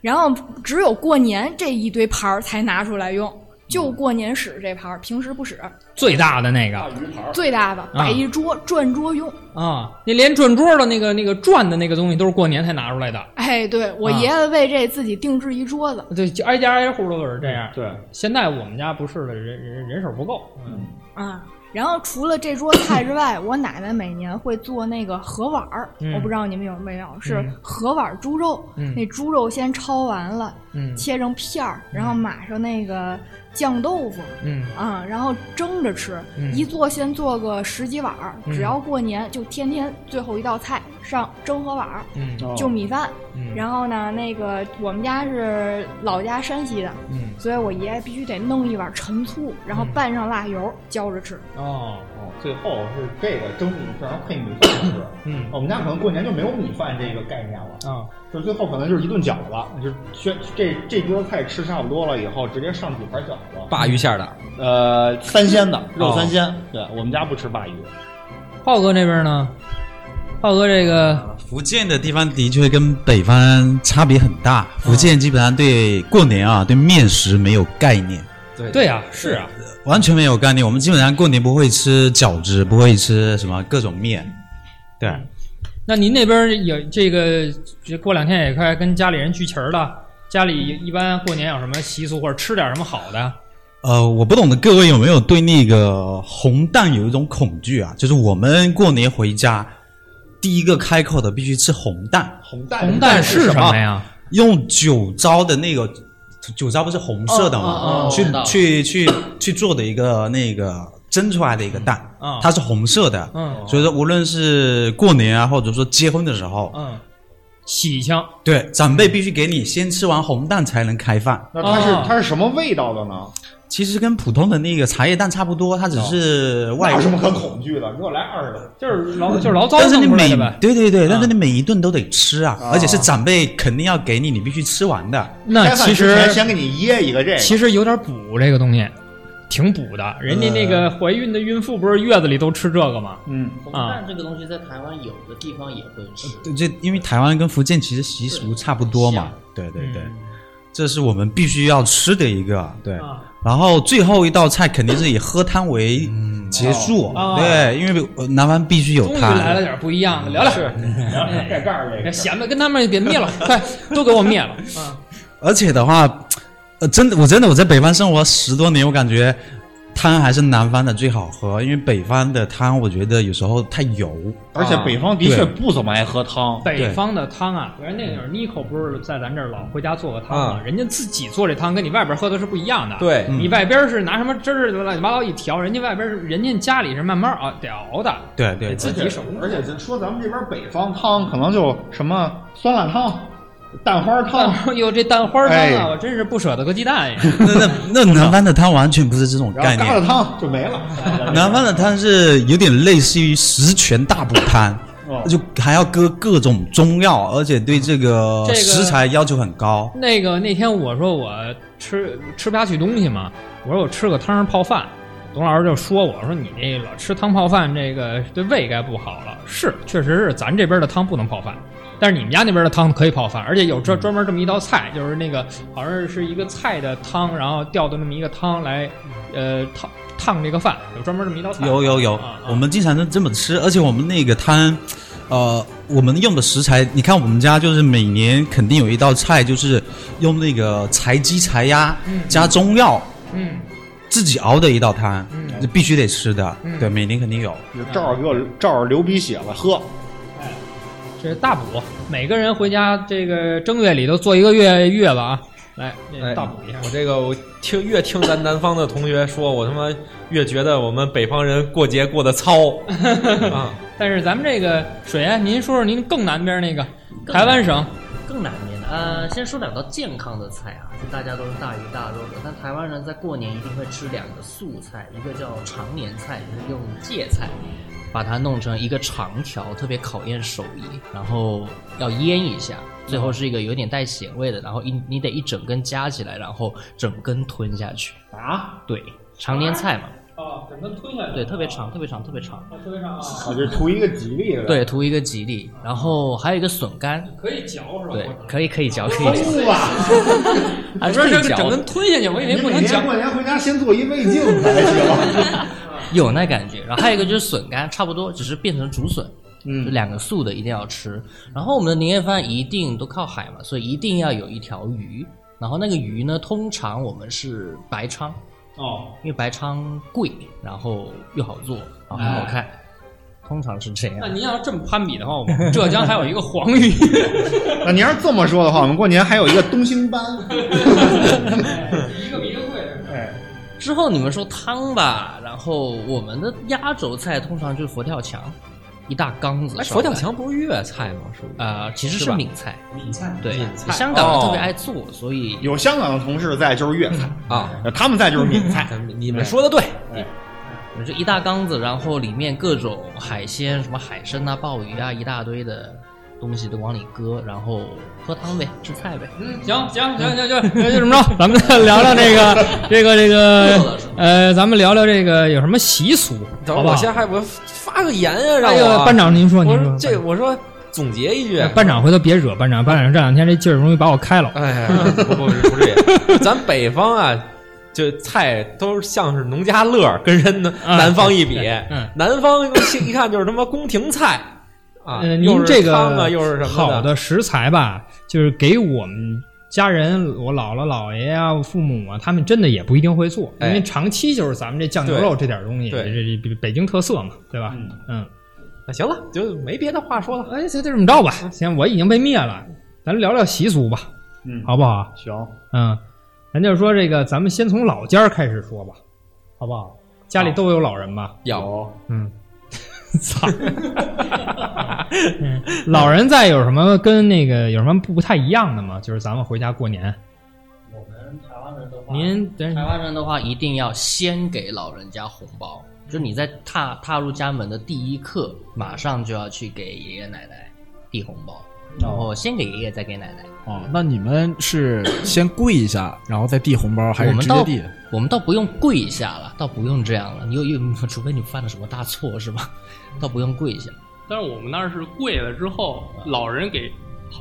S6: 然后只有过年这一堆盘儿才拿出来用。就过年使这盘儿，平时不使。
S3: 最大的那个
S6: 最大的摆一桌、转桌用。
S3: 啊，那连转桌的那个那个转的那个东西都是过年才拿出来的，
S6: 哎，对我
S3: 啊
S6: 爷爷为这自己定制一桌子，
S3: 对，就挨家挨户都是这样。
S4: 对，
S3: 现在我们家不是了，人人人手不够，嗯
S6: 啊。然后除了这桌菜之外，我奶奶每年会做那个河碗儿，
S3: 嗯
S6: 我不知道你们有没有，是
S3: 嗯
S6: 河碗猪肉。
S3: 嗯
S6: 那猪肉先焯完了，
S3: 嗯
S6: 切成片儿，然后码上那个酱豆腐。
S3: 嗯
S6: 啊、然后蒸着吃，
S3: 嗯
S6: 一做先做个十几碗儿，
S3: 嗯
S6: 只要过年就天天最后一道菜上蒸河碗儿，
S3: 嗯
S4: 哦
S6: 就米饭。
S3: 嗯，
S6: 然后呢，那个我们家是老家山西的，
S3: 嗯
S6: 所以我爷爷必须得弄一碗陈醋，然后
S3: 嗯
S6: 拌上辣油浇着吃。
S3: 哦哦，
S4: 最后是这个蒸米饭然后配米饭吃。
S3: 嗯
S4: 哦我们家可能过年就没有米饭这个概念了，
S3: 啊，
S4: 就是最后可能就是一顿饺子，就是这这这桌菜吃差不多了以后，直接上几盘饺子。
S2: 鲅鱼馅儿的，
S4: 呃，三鲜的肉三鲜，哦对我们家不吃鲅鱼。
S3: 浩哥那边呢？浩哥这个
S8: 福建的地方的确跟北方差别很大，
S3: 嗯
S8: 福建基本上对过年啊，对面食没有概念，
S2: 对
S3: 对啊，是
S2: 啊，
S8: 完全没有概念。我们基本上过年不会吃饺子，不会吃什么各种面，对，
S3: 那您那边有这个，这过两天也快跟家里人聚齐儿了。家里一般过年有什么习俗，或者吃点什么好的？
S8: 呃，我不懂得各位有没有对那个红蛋有一种恐惧啊？就是我们过年回家，第一个开口的必须吃红蛋，
S4: 红蛋
S3: 红蛋是什么？呀？
S8: 用酒糟的那个酒糟不是红色的吗？
S5: 哦哦哦
S8: 去
S5: 知道
S8: 去去去做的一个那个蒸出来的一个蛋，
S3: 嗯
S8: 它是红色的，
S3: 嗯
S8: 所以说无论是过年啊，或者说结婚的时候，
S3: 嗯，喜庆
S8: 对长辈必须给你先吃完红蛋才能开饭。
S4: 那它是
S3: 哦
S4: 它是什么味道的呢？
S8: 其实跟普通的那个茶叶蛋差不多，它只是
S4: 哦那
S8: 外
S4: 有什么可恐惧的？你给我来二十个。
S3: 就是老就是老早
S8: 但是你
S3: 弄出来
S8: 每
S3: 的呗。
S8: 对对对，但是
S3: 嗯
S8: 你每一顿都得吃啊，
S4: 哦
S8: 而且是长辈肯定要给你，你必须吃完的。
S3: 那
S4: 开饭
S3: 其
S4: 之
S3: 实
S4: 前先给你噎一个这个，
S3: 其实有点补这个东西，挺补的。人家那个怀孕的孕妇不是月子里都吃这个吗？
S4: 呃嗯，
S9: 红
S3: 啊
S9: 蛋这个东西在台湾有的地方也会吃，
S8: 对，这因为台湾跟福建其实习俗差不多
S4: 啊
S8: 嘛。对
S2: 嗯
S8: 对对，这是我们必须要吃的一个。对，
S3: 啊，
S8: 然后最后一道菜肯定是以喝汤为
S4: 嗯
S8: 结束。
S3: 哦
S8: 对，因为呃南方必须有
S3: 终于
S8: 汤。
S3: 来了点不一样的，聊聊。
S4: 盖盖儿这
S3: 别
S4: 个。
S3: 闲的跟他们给灭了，快都给我灭了。啊，
S8: 而且的话，呃，真的，我真的我在北方生活十多年，我感觉汤还是南方的最好喝，因为北方的汤我觉得有时候太油。啊
S4: 而且北方的确不怎么爱喝汤，
S3: 北方的汤啊，人那会儿 Nico 不是在咱这儿老回家做个汤
S4: 啊
S3: 吗？
S2: 嗯
S3: 人家自己做这汤跟你外边喝的是不一样的。，
S2: 对，
S8: 嗯
S3: 你外边是拿什么汁儿乱七八糟一调，人家外边是人家家里是慢慢熬得熬的。
S8: 对对
S3: 自己手工
S4: 而且就说咱们这边北方汤，可能就什么酸辣汤、蛋花汤，
S3: [LAUGHS] 哎呦，这蛋花汤
S4: 哎
S3: 啊，我真是不舍得个鸡蛋呀！ [LAUGHS]
S8: 那那那南方的汤完全不是这种
S4: 然
S8: 概
S4: 后疙瘩
S8: 念，
S4: 汤就没了。
S8: 南方的汤是有点类似于十全大补汤
S4: 哦，
S8: 就还要搁各种中药，而且对这
S4: 嗯
S8: 个
S3: 这个
S8: 食材要求很高。
S3: 那个那天我说我吃吃不下去东西嘛，我说我吃个汤泡饭，董老师就说我说你那老吃汤泡饭，这个对胃该不好了。是，确实是咱这边的汤不能泡饭，但是你们家那边的汤可以泡饭，而且有
S4: 嗯
S3: 专专门这么一道菜，就是那个好像是一个菜的汤，然后吊的那么一个汤来，呃烫烫这个饭，有专门这么一道菜。
S8: 有有有
S3: 啊啊，
S8: 我们经常是这么吃，而且我们那个汤，呃，我们用的食材，你看我们家就是每年肯定有一道菜，就是用那个柴鸡、柴鸭
S3: 嗯
S8: 加中药
S4: [LAUGHS]
S3: 嗯
S8: 自己熬的一道汤
S3: 嗯，
S8: 这必须得吃的
S3: 嗯。
S8: 对，每年肯定有。
S4: 赵儿给我赵儿流鼻血了，喝。
S3: 这是大补，每个人回家这个正月里都做一个月月了啊，来这
S2: 哎
S3: 大补一下。
S2: 我这个我听越听咱南方的同学说，我他妈越觉得我们北方人过节过得
S3: [LAUGHS]
S2: 糙啊！
S3: 但是咱们这个水啊，您说说您更南边那个台湾省，
S9: 更难念的。呃，先说两道健康的菜啊，就大家都是大鱼大肉的，但台湾人在过年一定会吃两个素菜，一个叫常年菜，就是用芥菜把它弄成一个长条，特别考验手艺，然后要腌一下。最后是一个有点带咸味的，然后一你得一整根夹起来，然后整根吞下去啊！对，常年菜嘛，
S3: 哦，整个吞下
S9: 对，特别长，特别长，特别长，
S3: 特别上啊，
S4: 我就图一个吉利的。
S9: 对，图一个吉利。然后还有一个笋干，
S3: 可以嚼是吧？
S9: 对，可以可以嚼，可以嚼，
S4: 吐
S9: [LAUGHS]
S4: 吧！
S9: 还
S3: 啊我
S9: 是可
S3: 说
S9: 以
S3: 这
S9: 嚼
S3: 整
S9: 的
S3: 根吞下去，我以为
S4: 你
S3: 不
S4: 每
S3: 能嚼
S4: 年。过年回家先做一胃镜
S3: [LAUGHS]
S4: 才行。
S9: [LAUGHS] 有那感觉。然后还有一个就是笋干，差不多，只是变成竹笋。
S4: 嗯
S9: 就两个素的一定要吃。然后我们的年夜饭一定都靠海嘛，所以一定要有一条鱼。然后那个鱼呢，通常我们是白鲳，
S3: 哦，
S9: 因为白鲳贵，然后又好做，然后很
S3: 哎
S9: 好看，通常是这样
S3: 那。您要这么攀比的话，我 [LAUGHS] 们浙江还有一个黄鱼，
S4: 那您要是这么说的话，我们过年还有一个东星斑。
S3: 一个比一个贵。
S4: 哎，
S9: 之后你们说汤吧，然后我们的压轴菜通常就是佛跳墙，一大缸子
S2: 哎，
S9: 上
S2: 佛
S9: 来。
S2: 跳墙不是粤菜吗？是不是？
S9: 呃，其实
S2: 是
S9: 是
S2: 吧
S9: 闽菜，
S8: 闽菜
S9: 对，
S2: 菜
S9: 哎香港人
S2: 哦
S9: 特别爱
S4: 哎
S9: 做，所以
S4: 有香港的同事在就是粤菜，
S2: 啊，
S4: 他们在就是闽菜。
S2: 咱们你们说的对，
S9: 就一大缸子，然后里面各种海鲜，什么海参啊、鲍鱼啊，一大堆的东西都往里搁，然后喝汤呗，吃菜呗。
S3: 嗯，行行行行行，那就这么 [LAUGHS] 着，咱们再聊聊这 [LAUGHS] 个这个这个呃，咱们聊聊这个有什么习俗，
S2: 等会儿
S3: 好不
S2: 我
S3: 好？
S2: 先还我发个言啊，让
S3: 哎
S2: 我、
S3: 呦，班长您说您
S2: 我
S3: 说
S2: 说，这我说总结一句，
S3: 哎班长回头别惹班长，班长这两天这劲儿容易把我开了。
S2: 哎
S3: [LAUGHS]
S2: 呀，不不不至于，咱北方啊，就菜都像是农家乐儿，跟人南
S3: 嗯
S2: 南方一比，
S3: 嗯
S2: 南方一看就是他妈宫廷菜啊，
S3: 呃，
S2: 又
S3: 您
S2: 是
S3: 这个
S2: 汤啊，又是什么
S3: 好
S2: 的
S3: 的食材吧，就是给我们家人，我姥姥姥爷啊，我父母啊，他们真的也不一定会做，因
S2: 哎
S3: 为长期就是咱们这酱牛肉这点东西，
S2: 对
S3: 这这北京特色嘛，对吧？嗯，
S2: 那行了，就没别的话说了。
S3: 哎，就这么着吧，行，我已经被灭了，咱聊聊习俗吧，
S4: 嗯，
S3: 好不好？
S4: 行，
S3: 嗯，咱就说这个，咱们先从老家儿开始说吧，好不好？家里都有老人吧？
S2: 有
S3: 嗯，操！嗯 [LAUGHS] 老人在有什么跟那个有什么不不太一样的吗？就是咱们回家过年，哦
S9: 我们台湾人的话，
S3: 您等
S9: 台湾人的话一定要先给老人家红包，就你在踏踏入家门的第一刻，马上就要去给爷爷奶奶递红包，然后先给爷爷，再给奶奶。
S1: 哦，那你们是先跪一下，然后再递红哦包，还
S9: 我
S1: 是
S9: 们
S1: 直接
S9: 倒
S1: 递？
S9: 我们倒不用跪下了，倒不用这样了。你又又，除非你犯了什么大错是吧？ [LAUGHS] 倒不用跪下。
S5: 但是我们那儿是跪了之后，老人给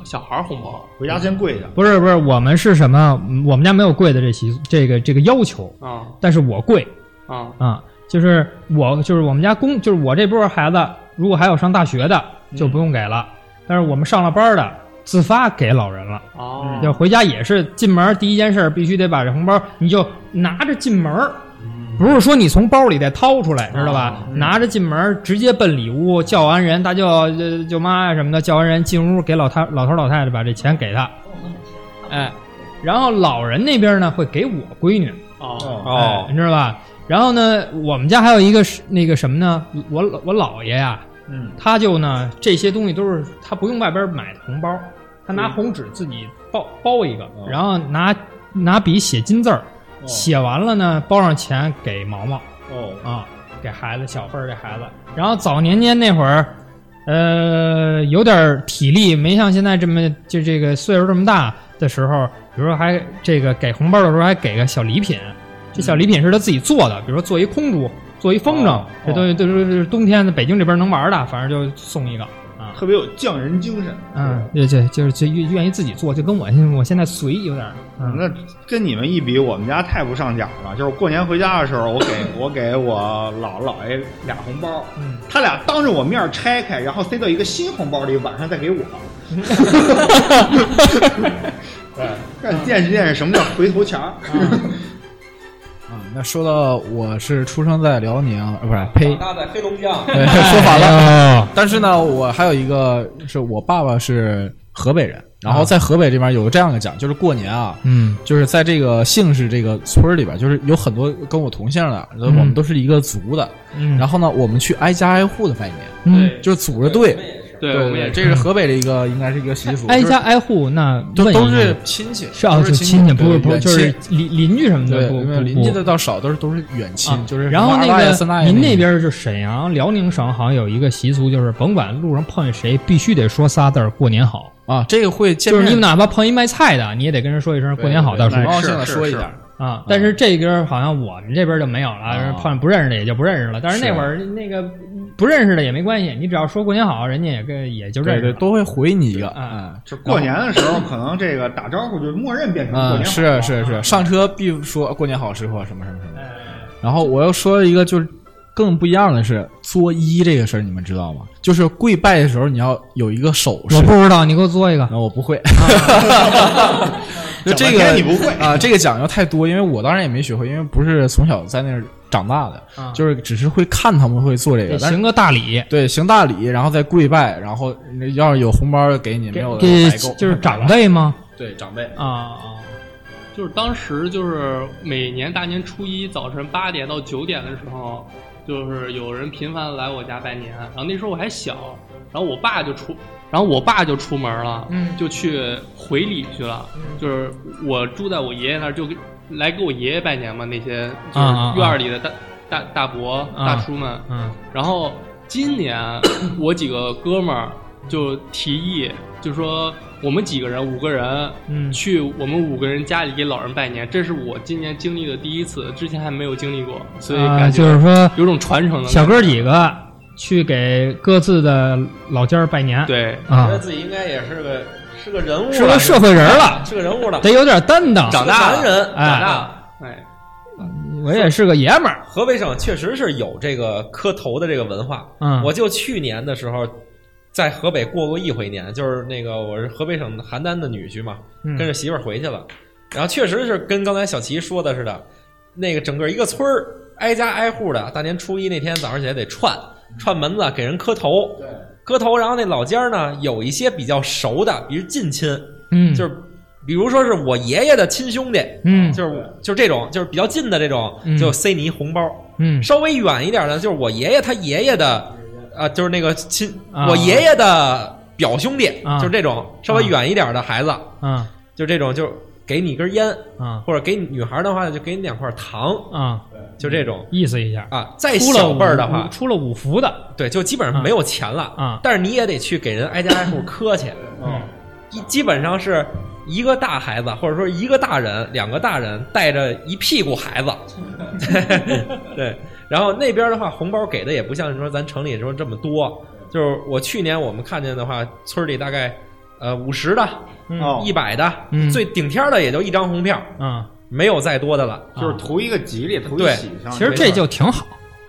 S5: 小孩儿红包。
S4: 回家先跪下。
S3: 不是不是，我们是什么？嗯我们家没有跪的这习俗这个这个要求，
S5: 啊
S3: 但是我跪
S5: 啊
S3: 啊，就是我就是我们家公就是我这波孩子，如果还有上大学的就不用给了，但是我们上了班的自发给老人了。
S10: 嗯
S5: 啊！
S10: 哦
S3: 要回家也是进门第一件事儿必须得把这红包，你就拿着进门儿，不是说你从包里再掏出来，知道吧？拿着进门儿直接奔里屋，叫完人大舅、呃舅妈呀什么的，叫完人进屋给老太老头老太太把这钱给他，哎，然后老人那边呢会给我闺女，
S5: 啊
S3: 哎
S2: 哦，
S3: 你知道吧？然后呢，我们家还有一个是那个什么呢？我我姥爷呀、
S4: 嗯，
S3: 他就呢这些东西都是他不用外边买的红包，他拿红纸自己包包一个，然后拿拿笔写金字儿，写完了呢包上钱给毛毛
S4: 哦，
S3: 啊，给孩子小份儿这孩子。然后早年间那会儿，呃，有点儿体力没像现在这么就这个岁数这么大的时候，比如说还这个给红包的时候还给个小礼品，这小礼品是他自己做的，比如说做一空竹，做一风筝，
S4: 哦
S3: 这东西都是都是冬天的北京这边能玩的，反正就送一个啊。
S4: 特别有匠人精神。
S3: 嗯，对对，就是就愿意自己做，就跟我现我现在随有点儿，嗯，
S4: 那跟你们一比，我们家太不上讲了。就是过年回家的时候，我给我给我姥姥爷俩红包，
S3: 嗯
S4: 他俩当着我面儿拆开，然后塞到一个新红包里，晚上再给我。对，让你见识见识什么叫回头钱儿。
S1: 啊，那说到我是出生在辽宁，呃，不是，呸，
S2: 大在黑龙
S1: [LAUGHS]
S2: 江，
S1: 对
S3: 哎
S10: [LAUGHS]
S1: 说反了。
S3: 了，
S1: 但是呢，我还有一个是我爸爸是河北人，然后在河北这边有这样的讲，就是过年啊，
S3: 啊嗯
S1: 就是在这个姓氏这个村儿里边，就是有很多跟我同姓的，我们都是一个族的。
S3: 嗯，
S1: 然后呢，我们去挨家挨户的拜年，
S3: 嗯，
S1: 就是组着队。
S5: 对，我
S1: 对
S5: 们也
S1: 对，这是河北的一个应该是一个习俗，
S3: 挨
S1: 就是
S3: 家挨户那
S1: 就
S3: 问
S1: 都
S3: 一下
S1: 是亲戚，
S3: 是啊，
S1: 都
S3: 就是亲戚，不
S1: 对
S3: 是不是，
S1: 远
S3: 就是
S1: 亲
S3: 邻邻居什么
S1: 对，
S3: 的，不
S1: 因为
S3: 不
S1: 邻居
S3: 不
S1: 的倒少，都是都是远
S3: 啊
S1: 亲，就是
S3: 然后
S1: 什么
S3: 那
S1: 二大爷、三大
S3: 个
S1: 爷那
S3: 您那
S1: 种
S3: 边儿是沈阳、辽宁省，好像有一个习俗，就是甭管路上碰见谁，必须得说仨字儿“过年好
S1: 啊，这个会”，见
S3: 就是
S1: 面，
S3: 你们哪怕碰一卖菜的，你也得跟人说一声“过年好”，
S1: 对
S3: 到时
S1: 礼
S3: 候
S1: 貌
S4: 是
S1: 性的
S4: 是
S1: 说一
S4: 是
S1: 点儿。
S3: 啊。但是这边儿好像我们这边儿就没有了，
S1: 啊
S3: 人碰不认识的也就不认识了。但是那
S1: 是
S3: 会儿那个不认识的也没关系，你只要说“过年好”，人家也跟也就认
S1: 对
S3: 识
S1: 对，
S3: 了。
S1: 都会回你一个，
S3: 嗯
S1: 嗯，
S4: 就过年的时候，可能这个打招呼就默认变成过
S1: 嗯，
S4: 年好
S1: 是
S4: 了
S1: 是是，上车必说过年好，师傅什么什么什么。然后我要说一个就是更不一样的是作揖这个事儿，你们知道吗？就是跪拜的时候你要有一个手势
S3: 我，不知道，你给我做一个。
S1: 那我不
S3: [LAUGHS]
S1: 会。就这
S4: 讲半
S1: 个
S4: 天你不会
S1: 啊，这个讲究太多，因为我当然也没学会，因为不是从小在那儿长大的，
S3: 啊
S1: 就是只是会看他们会做这个，但是
S3: 行个大礼，
S1: 对行大礼，然后再跪拜，然后要是有红包就给你，没
S3: 给
S1: 有
S3: 给
S1: 的白够
S3: 就是长辈吗？
S1: 对长辈。
S3: 啊啊。
S5: 就是当时就是每年大年初一早晨八点到九点的时候，就是有人频繁地来我家拜年，然后那时候我还小，然后我爸就出，然后我爸就出门了，
S3: 嗯
S5: 就去回礼去了，就是我住在我爷爷那儿，就给来给我爷爷拜年嘛，那些就
S3: 啊啊啊
S5: 是院儿里的大。大大伯、
S3: 啊
S5: 大叔们。
S3: 嗯
S5: 然后今
S3: [COUGHS]
S5: 年我几个哥们儿就提议，就说我们几个人五个人，
S3: 嗯
S5: 去我们五个人家里给老人拜年，这是我今年经历的第一次，之前还没有经历过，所以
S3: 啊，
S5: 感觉
S3: 就是说
S5: 有种传承的感觉。
S3: 小哥几个去给各自的老家儿拜年，
S5: 对，
S2: 觉
S3: 啊
S2: 得，自己应该也是个是个人物了，
S3: 是个社会人儿了，
S2: [LAUGHS] 是个人物了，
S3: 得有点担当。
S2: 是个
S5: 大了
S2: 男人，
S3: 哎
S2: 长大了。
S5: 哎，
S3: 我也是个爷们儿，
S2: 河北省确实是有这个磕头的这个文化。
S3: 嗯，
S2: 我就去年的时候，在河北过过一回年，就是那个我是河北省邯郸的女婿嘛，
S3: 嗯
S2: 跟着媳妇儿回去了。然后确实是跟刚才小齐说的似的，那个整个一个村儿挨家挨户的，大年初一那天早上起来得串串门子，给人磕头。
S4: 对，
S2: 磕头，然后那老家儿呢，有一些比较熟的，比如近亲，
S3: 嗯，
S2: 就是比如说是我爷爷的亲兄弟，
S3: 嗯
S2: 就是就是这种，就是比较近的这种，
S3: 嗯
S2: 就塞你一红包。
S3: 嗯
S2: 稍微远一点的，就是我爷爷他爷爷的，啊、就是那个亲，
S3: 啊
S2: 我爷爷的表兄弟，
S3: 啊
S2: 就是这种稍微远一点的孩子，
S3: 啊
S2: 就这种就给你一根烟，
S3: 啊
S2: 或者给你女孩的话就给你两块糖，
S3: 啊，
S2: 就这种
S3: 意思一下。
S2: 啊。再
S3: 出了
S2: 小辈儿的
S3: 五
S2: 话，
S3: 出了五福的，
S2: 对，就基本上没有钱了
S3: 啊
S2: 但是你也得去给人挨家挨
S3: [LAUGHS]
S2: 户磕去，
S4: 嗯，
S2: 一基本上是一个大孩子，或者说一个大人、两个大人带着一屁股孩子，对。然后那边的话，红包给的也不像说咱城里说这么多，就是我去年我们看见的话，村里大概呃五十的、
S3: 嗯
S4: 哦，
S2: 一百的，
S3: 嗯
S2: 最顶天儿的也就一张红票，
S3: 啊，
S2: 没有再多的了。
S4: 就是
S1: 啊
S4: 图一个吉利，图一
S2: 对
S4: 喜庆。
S3: 其实这就挺好，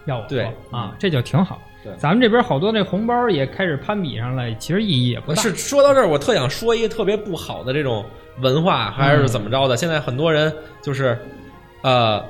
S3: 要我说
S2: 对
S3: 啊，这就挺好
S4: 对。
S3: 咱们这边好多那红包也开始攀比上了，其实意义也不
S2: 我
S3: 大。
S2: 是说到这儿，我特想说一个特别不好的这种文化，还是怎么着的？
S3: 嗯
S2: 现在很多人就是，呃，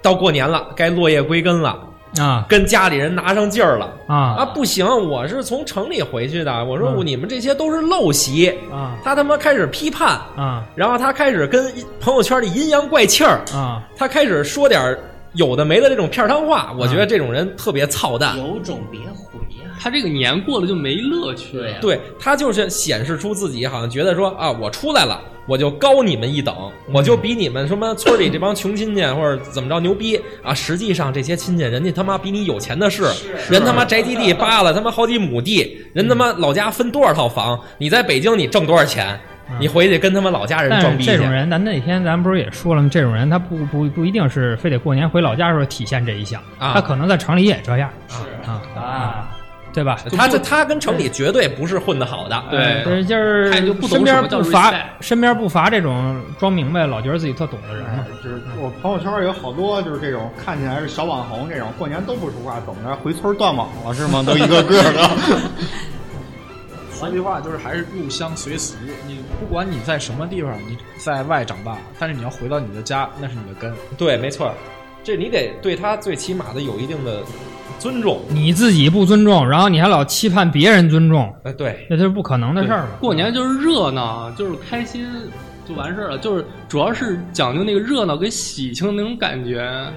S2: 到过年了，该落叶归根了，
S3: 啊
S2: 跟家里人拿上劲儿了啊！
S3: 啊
S2: 不行，我是从城里回去的，我说
S3: 嗯
S2: 你们这些都是陋习。
S3: 啊
S2: 他他妈开始批判，
S3: 啊
S2: 然后他开始跟朋友圈里阴阳怪气儿，
S3: 啊！
S2: 他开始说点儿有的没的这种片儿汤话，我觉
S3: 啊
S2: 得这种人特别操蛋。
S9: 有种别回呀、
S5: 他这个年过了就没乐趣
S9: 对呀
S5: 了。
S2: 对他就是显示出自己好像觉得说啊，我出来了，我就高你们一等，
S3: 嗯
S2: 我就比你们什么村里这帮穷亲戚啊或者怎么着牛逼啊！实际上这些亲戚人家他妈比你有钱的是，人他妈宅基地扒了他妈好几亩地，人他妈老家分多少套房，你在北京你挣多少钱，你回去跟他们老家人
S3: 嗯但
S2: 装
S3: 是
S2: 逼
S3: 这
S2: 去
S3: 种。人，咱那天咱不是也说了吗？这种人他不不不一定是非得过年回老家的时候体现这一项，
S2: 啊
S3: 他可能在城里也这样啊啊，对吧？
S2: 他这他跟城里绝对不是混得好的，
S5: 对
S3: 嗯对，就是
S5: 看就不懂
S3: 身
S5: 什
S3: 边
S5: 么叫
S3: 不乏
S5: respect
S3: 身边不乏这种装明白老觉得自己特懂的人
S4: 哎
S3: 嘛。，
S9: 嗯
S4: 就是我朋友圈有好多就是这种看起来是小网红这种，过年都不说话，怎么着回村断网了是吗？都一个个
S3: [LAUGHS]
S4: 的。
S1: 说句话就是还是入乡随俗，你不管你在什么地方，你在外长大，但是你要回到你的家，那是你的根。
S2: 对，没错儿，这你得对他最起码的有一定的尊重，
S3: 你自己不尊重，然后你还老期盼别人尊重，
S2: 呃，对，
S3: 那就是不可能的事儿了。
S5: 过年就是热闹，就是开心就完事儿了，就是主要是讲究那个热闹跟喜庆那种感觉。
S3: 嗯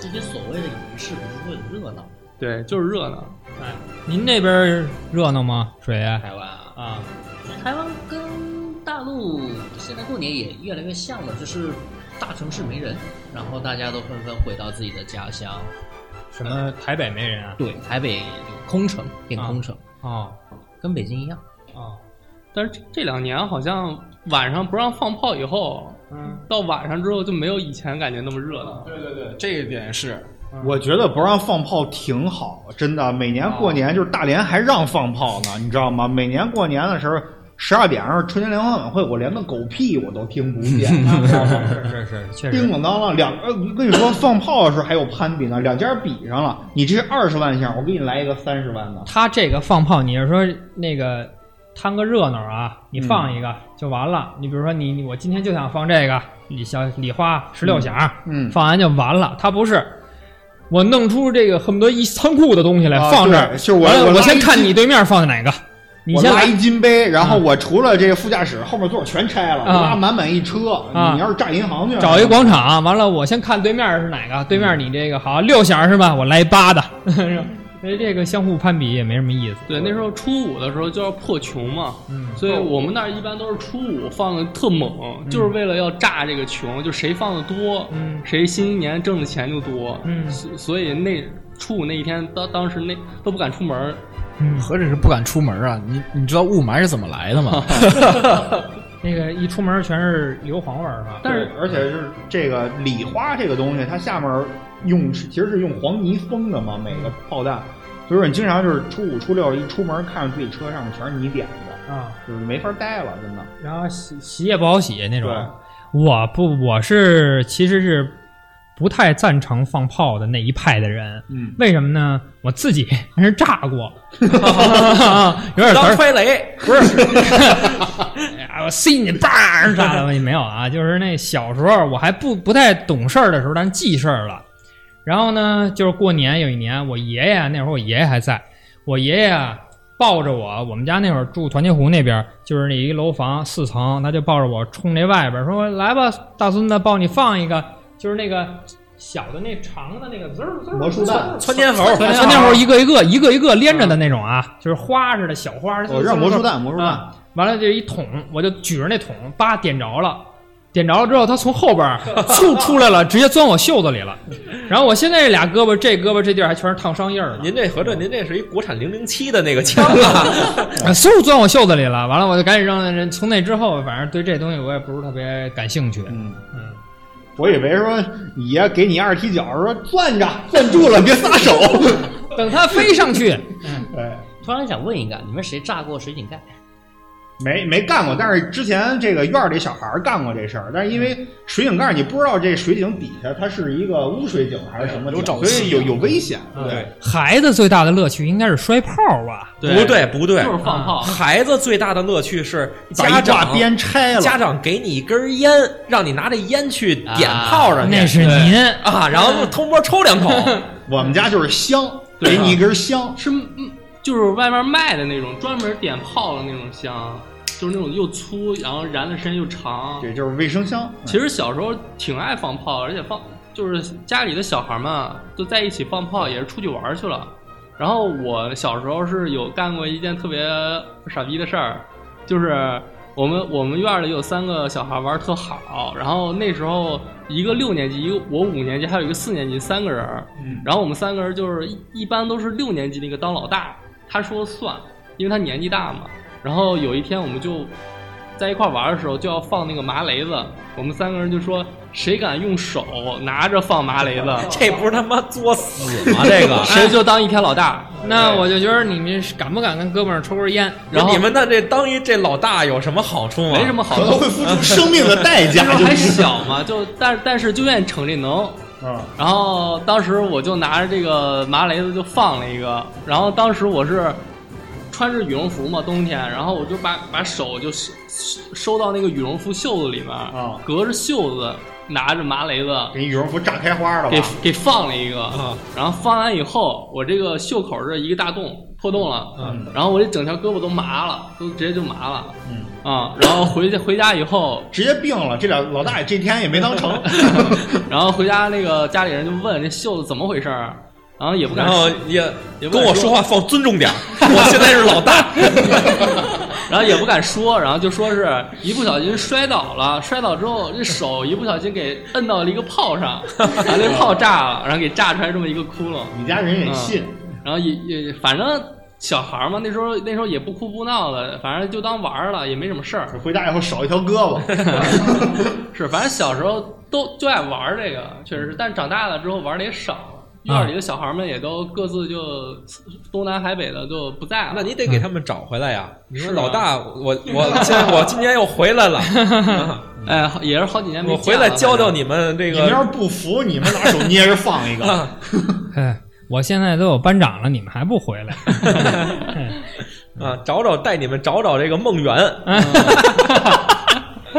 S9: 这些所谓的仪式不是为了热闹，
S5: 对，就是热闹。
S3: 您那边热闹吗？水爷
S9: 台湾啊，
S3: 啊，
S9: 台湾跟大陆现在过年也越来越像了，就是大城市没人，然后大家都纷纷回到自己的家乡。
S3: 什么台北没人啊？
S9: 对，台北有空城变空城，
S3: 哦
S9: 跟北京一样。
S3: 哦，
S5: 但是这这两年好像晚上不让放炮以后，
S3: 嗯
S5: 到晚上之后就没有以前感觉那么热闹。
S1: 这一点是，
S4: 我觉得不让放炮挺好，真的。每年过年就是大连还让放炮呢，你知道吗？每年过年的时候。十二点上春节联欢晚会，我连个狗屁我都听不见，
S3: 是是， [LAUGHS] 确
S4: 叮
S3: 实
S4: 咣当啷，两呃，我跟你说，放炮的时候还有攀比呢，两家比上了，你这二十万箱，我给你来一个三十万的，
S3: 他这个放炮，你是说那个摊个热闹啊？你放
S4: 嗯
S3: 一个就完了。你比如说你你我今天就想放这个礼小礼花十六响，
S4: 嗯，
S3: 放完就完了。他不是，我弄出这个恨不得一仓库的东西来
S4: 啊
S3: 放这
S4: 对
S3: 儿，
S4: 就是我
S3: 完了
S4: 我
S3: 我
S4: 拉
S3: 先
S4: 一
S3: 看
S4: 金
S3: 你对面放的哪个，你
S4: 我
S3: 先
S4: 拉
S3: 来
S4: 一金杯，然后我除了这个副驾驶，后面座全拆了，我
S3: 啊
S4: 拉满满一车。
S3: 啊
S4: 你要是炸银行去了，
S3: 找一广啊
S4: 嗯
S3: 场，完了我先看对面是哪个，对面你这个好六响是吧？我来一八的， [LAUGHS] 所以这个相互攀比也没什么意思。
S5: 对，那时候初五的时候就要破穷嘛，
S3: 嗯
S5: 所以我们那儿一般都是初五放的特猛，就是为了要炸这个穷，就谁放的多，
S3: 嗯
S5: 谁新一年挣的钱就多，
S3: 嗯
S5: 所所以那初五那一天，当当时那都不敢出门儿，
S3: 嗯，
S1: 何止是不敢出门啊？你你知道雾霾是怎么来的
S5: [LAUGHS]
S1: 吗？ [LAUGHS]
S3: 那个一出门全是硫磺味儿，是吧？
S5: 但是
S4: 对而且是这个礼花这个东西，它下面用是其实是用黄泥封的嘛，每个炮弹，所以说你经常就是初五初六一出门，看着自己车上面全是泥点子，
S3: 啊，
S4: 就是没法待了，真的。
S3: 然后洗洗也不好洗那种
S4: 对。
S3: 我不，我是其实是不太赞成放炮的那一派的人。
S4: 嗯，
S3: 为什么呢？我自己 [LAUGHS] 还是炸过，有点词儿
S2: 飞雷，
S3: 不是，哎呀，我塞你叭 [LAUGHS] 啥的没有啊？就是那小时候我还不不太懂事儿的时候，但是记事儿了。然后呢，就是过年有一年，我爷爷那会儿我爷爷还在，我爷爷啊抱着我，我们家那会儿住团结湖那边，就是那一楼房四层，他就抱着我冲那外边说：“来吧，大孙子，抱你放一个，就是那个小的那长的那个滋儿滋儿
S4: 魔术弹
S2: 窜天猴，
S3: 对，啊窜天猴一个一个一个一个连着的那种啊，就是花似的小花。
S4: 我知道哦魔术弹，魔术弹，
S3: 啊，完了这一桶，我就举着那桶，叭点着了，点着了之后，它从后边儿
S2: [LAUGHS]
S3: 嗖出来了，直接钻我袖子里了。然后我现在这俩胳膊，这胳膊这地儿还全是烫伤印儿呢，
S2: 您这合着您这是一国产零零七的那个枪 [LAUGHS] 啊？
S3: 啊嗖钻我袖子里了。完了我就赶紧扔了。人从那之后，反正对这东西我也不是特别感兴趣。
S4: 嗯，
S3: 嗯，
S4: 我以为说你爷给你二踢脚，说攥着，攥住了，别撒手。
S3: [LAUGHS] 等它飞上去，
S4: [LAUGHS] 哎，
S9: 突然想问一个，你们谁炸过水井盖？
S4: 没没干过，但是之前这个院儿里小孩儿干过这事儿，但是因为水井盖儿你不知道这水井底下它是一个污水井还是什么井，
S1: 有沼
S4: 所
S1: 气
S4: 以有有危险。对，
S3: 嗯啊孩子最大的乐趣应该是摔炮吧？
S2: 不对不对
S5: 就，是放炮，
S2: 孩子最大的乐趣是
S4: 把
S2: 家
S4: 一挂
S2: 长
S4: 鞭拆了，
S2: 家长给你一根烟，让你拿这烟去点
S9: 啊
S2: 炮上去，
S3: 那是您
S2: 啊，然后偷摸抽两口，
S4: 我们家就是香，给
S5: 啊
S4: 你一根香，
S5: 是嗯就是外面卖的那种专门点炮的那种香，就是那种又粗，然后燃的时间又长。
S4: 对，就是卫生香。
S5: 其实小时候挺爱放炮，而且放就是家里的小孩嘛，都在一起放炮，也是出去玩去了。然后我小时候是有干过一件特别傻逼的事儿，就是我们我们院儿里有三个小孩玩儿特好，然后那时候一个六年级，一个我五年级，还有一个四年级，三个人儿。
S4: 嗯
S5: 然后我们三个人就是一一般都是六年级那个当老大，他说算，因为他年纪大嘛。然后有一天我们就在一块玩的时候就要放那个麻雷子，我们三个人就说谁敢用手拿着放麻雷子，。
S2: 这不是他妈作死吗？这个
S5: [LAUGHS] 谁就当一天老大。
S3: 那我就觉得你们敢不敢跟哥们儿抽根烟？
S5: 然后
S2: 你们那这当一这老大有什么好处啊吗？
S5: 没什么好
S4: 可能
S5: 说，
S4: 会付出生命的代价
S2: [LAUGHS]
S5: 那时。候
S4: 就
S5: 还
S4: 是
S5: 小嘛，就但但是就愿意逞这能。
S4: 嗯，
S5: 然后当时我就拿着这个麻雷子就放了一个，然后当时我是穿着羽绒服嘛，冬天，然后我就把把手就收收到那个羽绒服袖子里面，
S4: 啊
S5: 隔着袖子拿着麻雷子
S4: 给你羽绒服炸开花了
S5: 给
S4: 吧？
S5: 给放了一个，然后放完以后，我这个袖口这一个大洞破洞了，
S4: 嗯
S5: 然后我这整条胳膊都麻了，都直接就麻了，
S4: 嗯
S5: 啊、然后回家回家以后，
S4: 直接病了，这俩老大爷这天也没当成。
S5: [LAUGHS] 然后回家那个家里人就问这袖子怎么回事儿，啊然后也不敢
S2: 然
S5: 说
S2: 后也也跟我说话放尊重
S5: [LAUGHS]
S2: 点儿，我现在是老大。
S5: 然后也不敢说，然后就说是一不小心摔倒了，摔倒之后这手一不小心给摁到了一个炮
S2: [LAUGHS]
S5: 上，把那炮炸了，然后给炸出来这么一个窟窿，嗯
S4: 你家人也信，
S5: 然后也也反正小孩儿嘛，那时候那时候也不哭不闹的，反正就当玩儿了，也没什么事儿。
S4: 回家以后少一条胳膊。
S5: [LAUGHS] 是，反正小时候都就爱玩儿这个，确实是，但长大了之后玩儿的也少了。院儿里的小孩儿们也都各自就东南海北的就不在了。
S2: 那你得
S5: [LAUGHS]
S2: 给他们找回来呀！你说
S5: 嗯是啊
S2: 老大，我我现在我今年又回来了，啊
S5: [LAUGHS] 哎，也是好几年没
S2: 我回
S5: 见
S2: 来
S5: 了
S2: 教
S5: 反
S2: 教
S5: 正
S2: 你们这
S4: 你们要
S2: 个
S4: 是不服，你们拿手捏着放一
S5: [LAUGHS]
S4: 个。
S2: [LAUGHS] 啊
S3: 哎，我现在都有班长了，你们还不回来？
S2: 啊，找找带你们找找这个梦圆，
S5: 嗯
S2: [LAUGHS]
S5: [LAUGHS]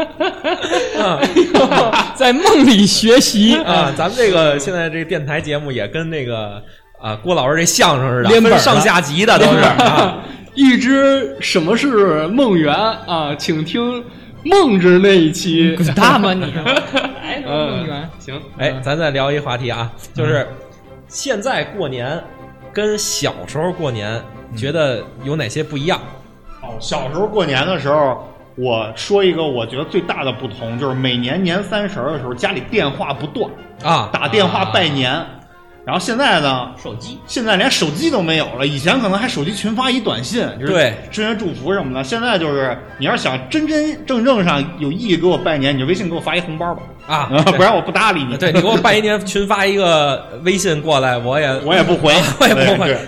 S3: 在梦里学习
S2: 啊，！咱们这个现在这个电台节目也跟那个啊郭老师这相声似的，
S3: 连本儿
S2: 分
S3: 了
S2: 上下集的都是
S5: [LAUGHS]
S2: 啊。
S5: 欲知什么是梦圆啊，请听梦之那一期。
S3: 滚蛋吧
S5: [LAUGHS]
S3: 你！
S2: 嗯
S3: 来，梦圆，
S5: 行，
S2: 哎，咱再聊一话题啊，就是现在过年跟小时候过年
S4: 嗯
S2: 觉得有哪些不一样？
S4: 哦，小时候过年的时候，我说一个我觉得最大的不同，就是每年年三十儿的时候，家里电话不断
S2: 啊
S4: 打电话拜年。然后现在呢，
S9: 手机
S4: 现在连手机都没有了，以前可能还手机群发一短信，就是
S2: 对
S4: 春节祝福什么的。现在就是你要是想真真正正上有意义给我拜年，你就微信给我发一红包吧，
S2: 啊
S4: [LAUGHS] 不然我不搭理你。
S2: 对你给我拜一年群发一个微信过来，我也
S4: 我也不回
S2: [LAUGHS] ，我也不
S4: 对
S2: 回
S4: 对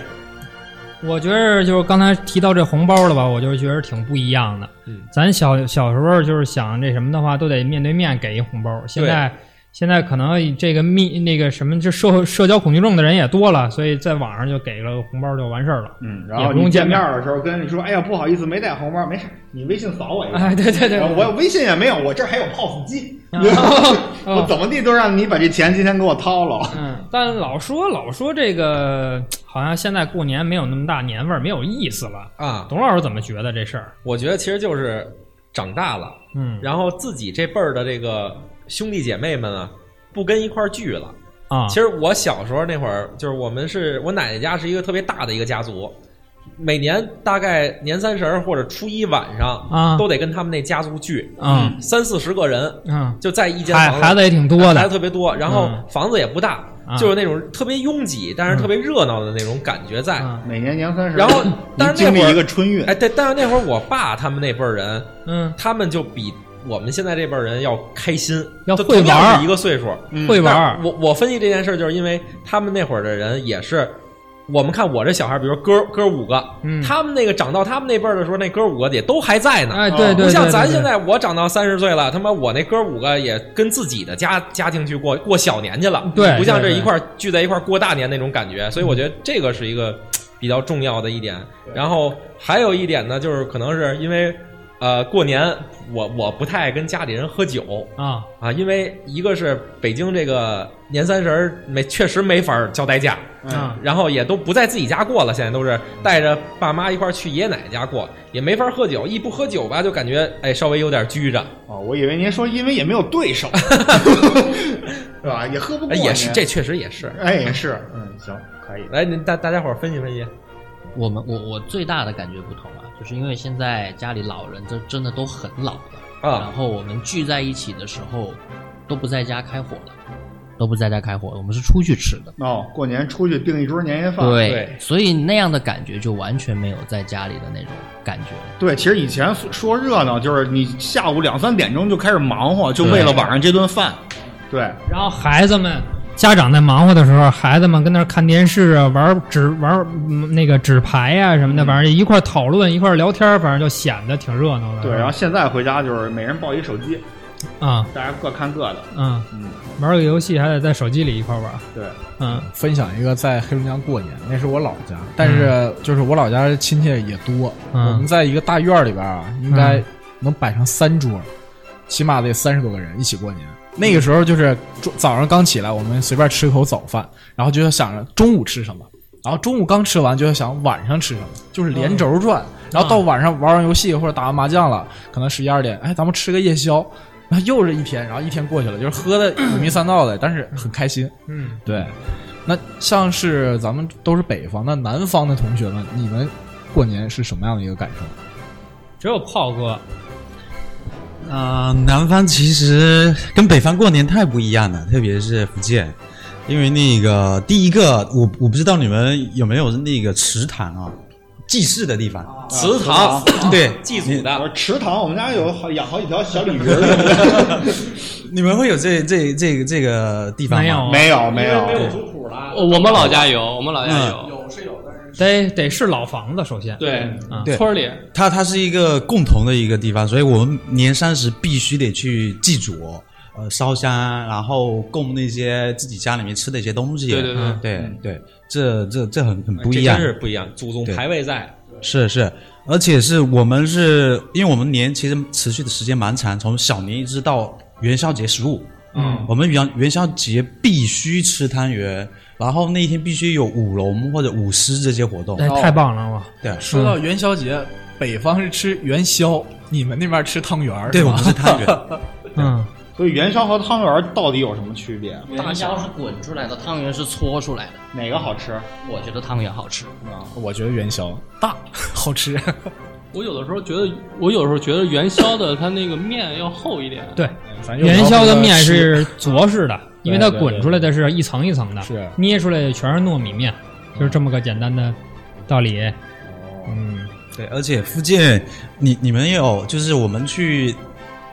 S3: 我觉着就是刚才提到这红包了吧，我就觉得挺不一样的。
S2: 嗯
S3: 咱小小时候就是想这什么的话，都得面对面给一红包。现在现在可能这个密那个什么，这社社交恐惧症的人也多了，所以在网上就给了个红包就完事儿了。
S4: 嗯，然
S3: 也
S4: 后
S3: 不用
S4: 你
S3: 见
S4: 见
S3: 面
S4: 面的时候跟你说，哎呀，不好意思，没带红包，没事，你微信扫我一个。
S3: 哎，对对啊对，
S4: 然后我微信也没有，我这儿还有 POS 机， [LAUGHS] 我怎么地都让你把这钱今天给我掏了。
S3: 哦嗯，但老说老说这个，好像现在过年没有那么大年味儿，没有意思了。
S2: 啊，
S3: 董老师怎么觉得这事儿？
S2: 我觉得其实就是长大了，
S3: 嗯
S2: 然后自己这辈儿的这个兄弟姐妹们啊，不跟一块儿聚了。
S3: 啊，
S2: 其实我小时候那会儿，就是我们是我奶奶家是一个特别大的一个家族，每年大概年三十儿或者初一晚上
S3: 啊
S2: 都得跟他们那家族聚，
S3: 啊
S2: 三四十个人
S3: 啊，
S2: 就在一间
S3: 孩
S2: 房子
S3: 孩
S2: 里，
S3: 子也挺多
S2: 孩
S3: 的
S2: 子特别多，然后
S3: 嗯
S2: 房子也不大，
S3: 啊嗯
S2: 就是那种特别拥挤，但是特别热闹的那种感觉在。
S3: 啊，
S4: 每年年三十，
S2: 然后，但
S4: 能
S2: 是那
S4: 经历
S2: 会
S4: 一
S2: 儿，
S4: 个春运，
S2: 哎，对，但是那会儿我爸他们那辈儿人，
S3: 嗯，
S2: 他们就比我们现在这辈儿人要开心，
S3: 要
S2: 就
S3: 会
S2: 同样
S3: 玩儿
S2: 是一个岁数，
S4: 嗯
S3: 会玩
S2: 但
S3: 儿
S2: 是，我我分析这件事，就是因为他们那会儿的人也是，我们看我这小孩儿，比如哥哥五个，
S3: 嗯
S2: 他们那个长到他们那辈儿的时候，那哥五个也都还在呢。
S3: 哎，对对对，
S2: 不像咱
S3: 对
S2: 现，在，我长到三十岁了，他妈我那哥五个也跟自己的家家庭去过过小年去了，
S3: 对
S2: 不像这
S3: 对对嗯
S2: 一块儿聚在一块儿过大年那种感觉，所以我觉得这个是一个比较重要的一点。然后还有一点呢，就是可能是因为呃过年我我不太爱跟家里人喝酒，
S3: 对啊，
S2: 啊，因为一个是北京这个年三十儿没确实没法儿交代价，
S8: 啊
S3: 嗯
S2: 然后也都不在自己家过了，现在都是带着爸妈一块儿去爷爷奶奶家过，也没法儿喝酒，一不喝酒吧就感觉哎稍微有点拘着，
S4: 哦，我以为您说因为也没有对
S2: [LAUGHS]
S4: 手，是吧？也喝不过
S2: 哎
S4: 您，
S2: 也是这确实也是，
S4: 哎也是，嗯，行，可以。
S2: 来您大大家伙儿分析分析，
S9: 我们我我最大的感觉不同啊，就是因为现在家里老人这真的都很老了
S2: 啊
S9: 然后我们聚在一起的时候都不在家开火了，都不在家开火，我们是出去吃的。
S4: 哦，过年出去订一桌年夜饭，
S9: 对，
S2: 啊对
S9: 所以那样的感觉就完全没有在家里的那种感觉了。
S4: 对，其实以前说热闹就是你下午两三点钟就开始忙活，就为了晚上这顿饭。对，
S3: 然后孩子们。家长在忙活的时候，孩子们跟那儿看电视啊，玩纸玩嗯那个纸牌啊什么的，反正一块儿讨论，一块儿聊天儿，反正就显得挺热闹的。
S4: 对，然后现在回家就是每人抱一手机，
S3: 啊
S4: 大家各看各的。
S3: 嗯，
S4: 嗯，
S3: 玩个游戏还得在手机里一块儿玩儿。
S4: 对，
S3: 嗯
S1: 分享一个在黑龙江过年，那是我老家，但是就是我老家亲戚也多，
S3: 嗯
S1: 我们在一个大院儿里边啊，应该能摆上三桌，起码得三十多个人一起过年。那个时候就是中早上刚起来，我们随便吃一口早饭，然后就想着中午吃什么，然后中午刚吃完就想晚上吃什么，就是连轴转，然后到晚上玩完游戏或者打完麻将了，可能十一二点，哎，咱们吃个夜宵，然后又是一天，然后一天过去了，就是喝的 [COUGHS] 五迷三道的，但是很开心。
S3: 嗯，
S1: 对，那像是咱们都是北方，那南方的同学们，你们过年是什么样的一个感受？
S3: 只有炮哥
S8: 啊、南方其实跟北方过年太不一样了，特别是福建，因为那个第一个，我我不知道你们有没有那个祠堂啊，祭祀的地方，
S2: 啊
S8: 啊
S2: 祠堂
S8: 对，
S2: [LAUGHS] 祭祖
S4: 嗯我
S2: 的
S4: 说池塘，我们家有好养好几条小鲤
S2: [LAUGHS]
S4: 鱼儿。
S8: 你们会有这这这个这个地方吗？
S3: 没有，
S4: 没有没有，
S5: 啊我我们老家有，我们老家有，
S3: 得得是老房子首先。
S5: 对
S3: 嗯，
S8: 对
S5: 啊村儿里
S8: 它它是一个共同的一个地方，所以我们年三十必须得去祭祖，呃，烧香，然后供那些自己家里面吃的一些东西。
S5: 对对对
S8: 对对这这这很很不一
S2: 这
S8: 样，
S2: 真是不一样，祖宗
S8: 对
S2: 牌位在，
S8: 是是，而且是我们是因为我们年其实持续的时间蛮长，从小年一直到元宵节十五。嗯，我们元元宵节必须吃汤圆，然后那一天必须有舞龙或者舞狮这些活动。
S3: 哎，太棒了哇！嗯
S8: 对，啊
S1: 说到元宵节，北方是吃元宵，你们那边吃汤圆儿，
S8: 对
S1: 是
S8: 我
S1: 吧
S8: 们
S1: [LAUGHS]
S8: 是汤圆。
S3: 嗯，
S4: 所以元宵和汤圆到底有什么区别？
S9: 元宵是滚出来的，汤圆是搓出来的。
S4: 哪个好吃？
S9: 我觉得汤圆好吃。嗯
S11: 我觉得元宵大好吃，
S5: 我有的时候觉得，我有的时候觉得元宵的它那个面要厚一点，
S3: 对，
S11: 咱又
S3: 元宵
S11: 聊
S3: 的
S11: 回
S3: 面
S11: 吃
S3: 是着式的， [LAUGHS] 因为它
S11: 对对
S3: 滚出来的是一层一层的，
S11: 是
S3: 捏出来的全是糯米面，就是这么个简单的道理。嗯，
S8: 对，而且福建，你你们也有，就是我们去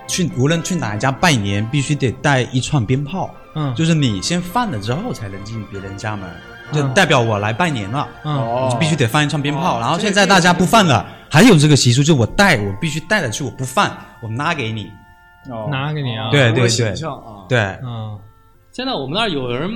S8: 去，无论去哪一家拜年，必须得带一串鞭炮，
S3: 嗯
S8: 就是你先放了之后才能进别人家门，就代表我来拜年了，
S3: 嗯，
S8: 我
S4: 哦
S8: 就必须得放一串鞭炮。然后
S4: 这个
S8: 现在大家不放了，还有这个习俗，就是我带，我必须带着去，我不放，我拿给你。
S4: 哦
S3: 拿给你啊，
S8: 对
S4: 多
S8: 对
S4: 形
S8: 对
S4: 象啊，
S8: 对，
S3: 嗯，
S5: 现在我们那儿有人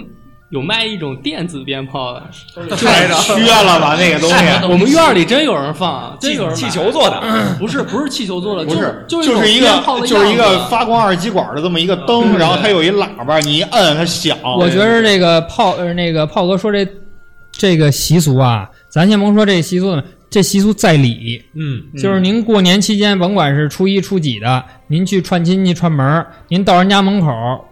S5: 有卖一种电子鞭炮的，哎
S4: 太
S3: [LAUGHS]
S4: 缺了吧那个东西，
S5: 我们院儿里真有人放，真有人买嗯
S2: 气球做的，
S5: 不是不是气球做的，
S4: 不
S5: 是
S4: 是，
S5: 就是
S4: 一
S5: 一鞭炮
S4: 个
S5: 的
S4: 就是一
S5: 样
S4: 个
S5: 子
S4: 发光二极管的这么一个
S2: 嗯
S4: 灯，然后它有一喇叭，你一摁它响。
S3: 我觉得这个炮呃那个炮哥说这这个习俗啊，咱先甭说这习俗呢，这习俗在理，
S2: 嗯，
S3: 就是您过年期间，甭管是初一初几的，您去串亲戚串门儿，您到人家门口，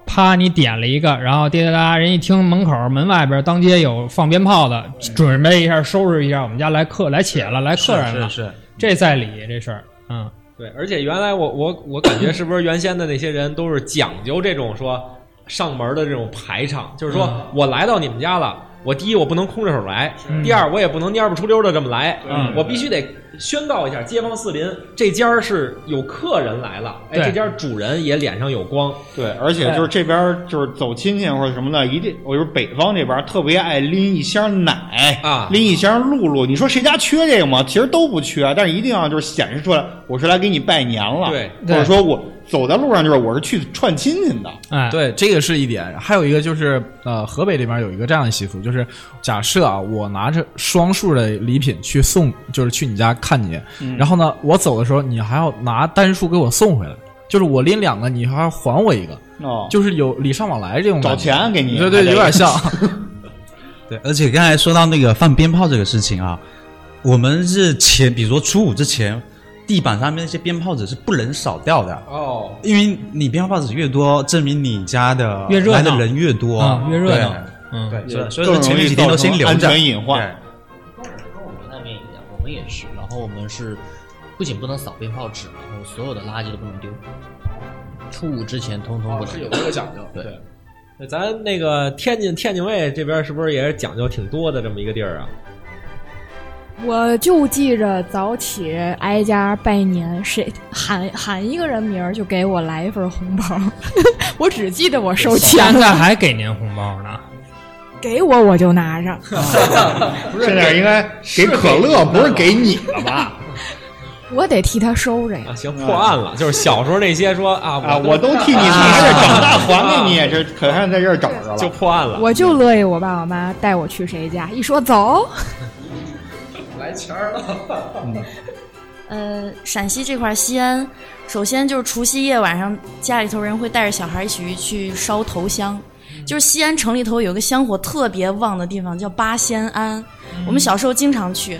S3: 啪，你点了一个，然后滴滴答，人一听门口门外边当街有放鞭炮的，
S4: 嗯
S3: 准备一下，收拾一下，我们家来客来且了，来客人了，
S8: 是，
S3: 这在理这事儿，嗯，
S2: 对，而且原来我我我感觉是不是原先的那些人都是讲究这种说上门的这种排场，就是说
S4: 嗯
S2: 我来到你们家了，我第一我不能空着手来，第二我也不能蔫不出溜的这么来，
S3: 嗯
S2: 我必须得宣告一下街坊四邻，这家儿是有客人来了，哎，
S3: 对
S2: 这家儿主人也脸上有光，
S4: 对，而且就是这边儿就是走亲戚或者什么的，一定我就是北方这边儿特别爱拎一箱奶
S2: 啊
S4: 拎一箱露露。你说谁家缺这个吗？其实都不缺，但是一定要就是显示出来，我是来给你拜年了，
S2: 对
S4: 或者说我走在路上就是我是去串亲戚的，
S3: 哎，
S1: 对，这个是一点。还有一个就是，呃，河北这边有一个这样的习俗，就是假设啊，我拿着双数的礼品去送，就是去你家看你，然后呢，我走的时候你还要拿单数给我送回来，就是我拎两个，你还要还我一个，
S4: 哦，
S1: 就是有礼尚往来这种
S4: 找
S1: 感觉
S11: 啊
S4: 钱给你，
S1: 对对，有点
S11: [LAUGHS]
S1: 像。
S8: 对，而且刚才说到那个放鞭炮这个事情啊，我们是前，比如说初五之前，地板上面那些鞭炮纸是不能少掉的，
S2: 哦，
S8: 因为你鞭炮纸越多，证明你家的
S3: 越热闹
S8: 来的人越多，
S3: 啊越热闹嗯，
S8: 对，对，所以
S4: 更
S8: 说
S4: 容
S8: 前
S4: 易
S8: 面几天都先留
S4: 造成
S8: 着
S4: 安全隐患。
S9: 跟我们那边一样，我们也是。然后我们是不仅不能扫鞭炮纸，然后所有的垃圾都不能丢。初五之前通通不能丢。
S1: 这个 [LAUGHS] 讲究，
S9: 对
S2: 咱那个天津天津卫这边是不是也是讲究挺多的这么一个地儿啊？
S6: 我就记着早起挨家拜年，谁喊喊一个人名儿就给我来一份红包， [LAUGHS] 我只记得我收钱
S3: 现
S6: 了，
S3: 在还给您红包呢，
S6: 给我我就拿着。 [LAUGHS]
S4: 现在应该给可乐，不是给你了吧？
S6: [LAUGHS] 我得替他收着呀
S2: 啊，。行，破案了，就是小时候那些说啊，
S4: 嗯啊，
S2: 我
S4: 我都替你拿着，长大还给你，这可算在这儿找着
S2: 就
S4: 了。
S2: 破案了。
S6: 我就乐意我爸我妈带我去谁家，一说走，
S7: 呃，陕西这块儿，西安，首先就是除夕夜晚上，家里头人会带着小孩儿一起去烧头香。
S3: 嗯
S7: 就是西安城里头有个香火特别旺的地方，叫八仙庵。
S3: 嗯
S7: 我们小时候经常去，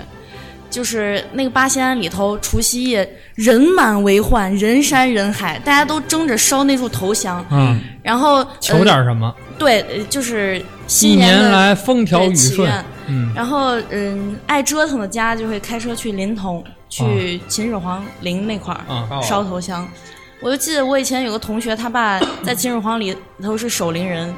S7: 就是那个八仙庵里头，除夕夜人满为患，人山人海，大家都争着烧那柱头香，
S3: 嗯，
S7: 然后
S3: 求、点什么，
S7: 呃、对，呃就是
S3: 一
S7: 新
S3: 年
S7: 的
S3: 来风调
S7: 对
S3: 雨
S7: 祈
S3: 顺，
S7: 愿
S3: 嗯，
S7: 然后，嗯，爱折腾的家就会开车去临潼，
S3: 嗯
S7: 去秦始皇陵那块儿、
S3: 啊
S7: 烧头香。我就记得我以前有个同学，他爸在秦始皇里头是守陵人，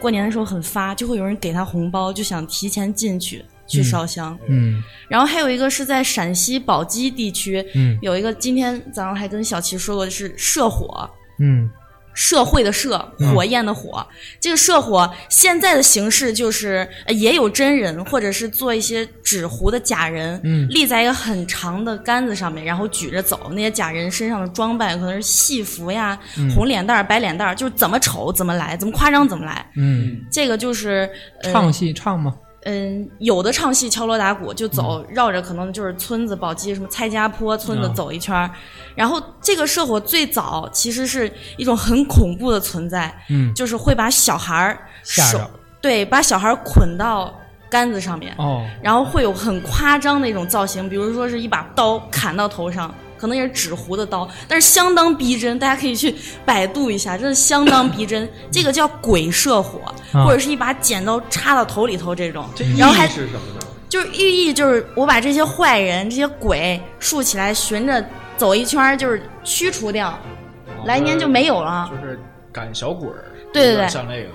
S7: 过年的时候很发，就会有人给他红包，就想提前进去去烧香。
S3: 嗯
S7: 然后还有一个是在陕西宝鸡地区，
S3: 嗯
S7: 有一个今天早上还跟小齐说过，就是社火，
S3: 嗯，
S7: 社会的社，火焰的火。这个社火现在的形式就是、呃也有真人，或者是做一些纸糊的假人，
S3: 嗯
S7: 立在一个很长的杆子上面，然后举着走。那些假人身上的装扮可能是戏服呀、红脸蛋儿、白脸蛋儿，就是怎么丑怎么来，怎么夸张怎么来。
S3: 嗯，
S7: 这个就是、呃、
S3: 唱戏唱吗？
S7: 嗯，有的唱戏敲锣打鼓就走，绕着可能就是村子宝鸡什么蔡家坡村子
S3: 嗯
S7: 走一圈儿、然后这个社火最早其实是一种很恐怖的存在，
S3: 嗯，
S7: 就是会把小孩儿
S3: 吓
S7: 手
S3: 着
S7: 对，把小孩儿捆到杆子上面，
S3: 哦，
S7: 然后会有很夸张的一种造型，比如说是一把刀砍到头上，可能也是纸糊的刀，但是相当逼真，大家可以去百度一下，真的相当逼真。这个叫鬼射火，
S3: 啊
S7: 或者是一把剪刀插到头里头这种，然后还
S5: 是什么呢？
S7: 就是寓意就是我把这些坏人、这些鬼竖起来，循着走一圈儿，就是驱除掉， [LAUGHS] 来年就没有了。
S11: 嗯就是赶小鬼儿，
S7: 对对对
S11: 有点像那个，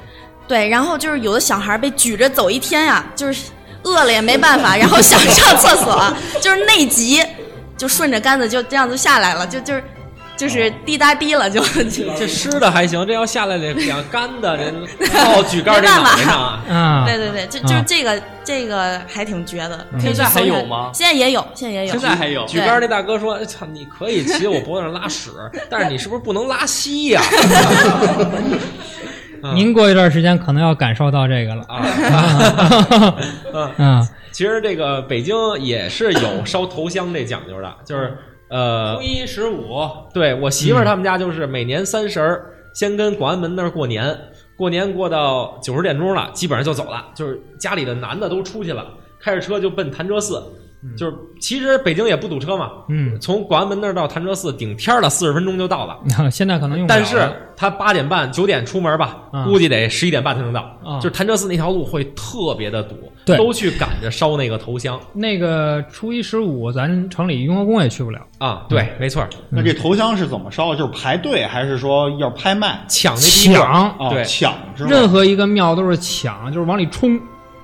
S7: 对，然后就是有的小孩被举着走一天呀、就是饿了也没办法，然后想上厕所，就是内急，就顺着杆子就这样就下来了，就就是就是滴答滴了，就就
S2: 这湿的还行，这要下来得两干的，
S7: [LAUGHS]
S2: 这倒举盖儿这脑袋上啊。嗯
S3: 啊，
S7: 对对对，就就是这个这个还挺绝的。可
S5: 现
S7: 以
S5: 在还
S7: 去搜一下
S5: 有吗
S7: 现在也有，现在也有。
S5: 现在还有
S2: 举
S7: 对
S2: 杆儿那大哥说：“哎操，你可以骑我脖子上拉屎， [LAUGHS] 但是你是不是不能拉稀呀、
S3: 您过一段时间可能要感受到这个了。
S2: 啊？” [LAUGHS] 啊，
S3: [LAUGHS]
S2: 嗯，
S3: 嗯，
S2: 其实这个北京也是有烧头香这讲究的，就是呃
S5: 初，一十五，
S2: 对我媳妇儿他们家就是每年三十儿先跟广安门那儿过年，过年过到九十点钟了，基本上就走了，就是家里的男的都出去了，开着车就奔潭柘寺。就是其实北京也不堵车嘛，
S3: 嗯， [LAUGHS]
S2: 从广安门那儿到潭柘寺顶天儿了，四十分钟就到了。
S3: 现在可能用不
S2: 但
S3: 了了，
S2: 是他八点半九点出门吧，
S3: 嗯
S2: 估计得十一点半才能到。
S3: 嗯
S2: 就是潭柘寺那条路会特别的堵，
S3: 对
S2: 都去赶着烧那个头香
S3: 那个初一十五，咱城里雍和宫也去不了。
S2: 啊。对，没错，
S4: 那这头香是怎么烧的？就是排队，还是说要拍卖？
S2: 抢那第一个
S3: 抢，
S4: 哦，
S2: 对
S4: 抢是吗？
S3: 任何一个庙都是抢，就是往里冲。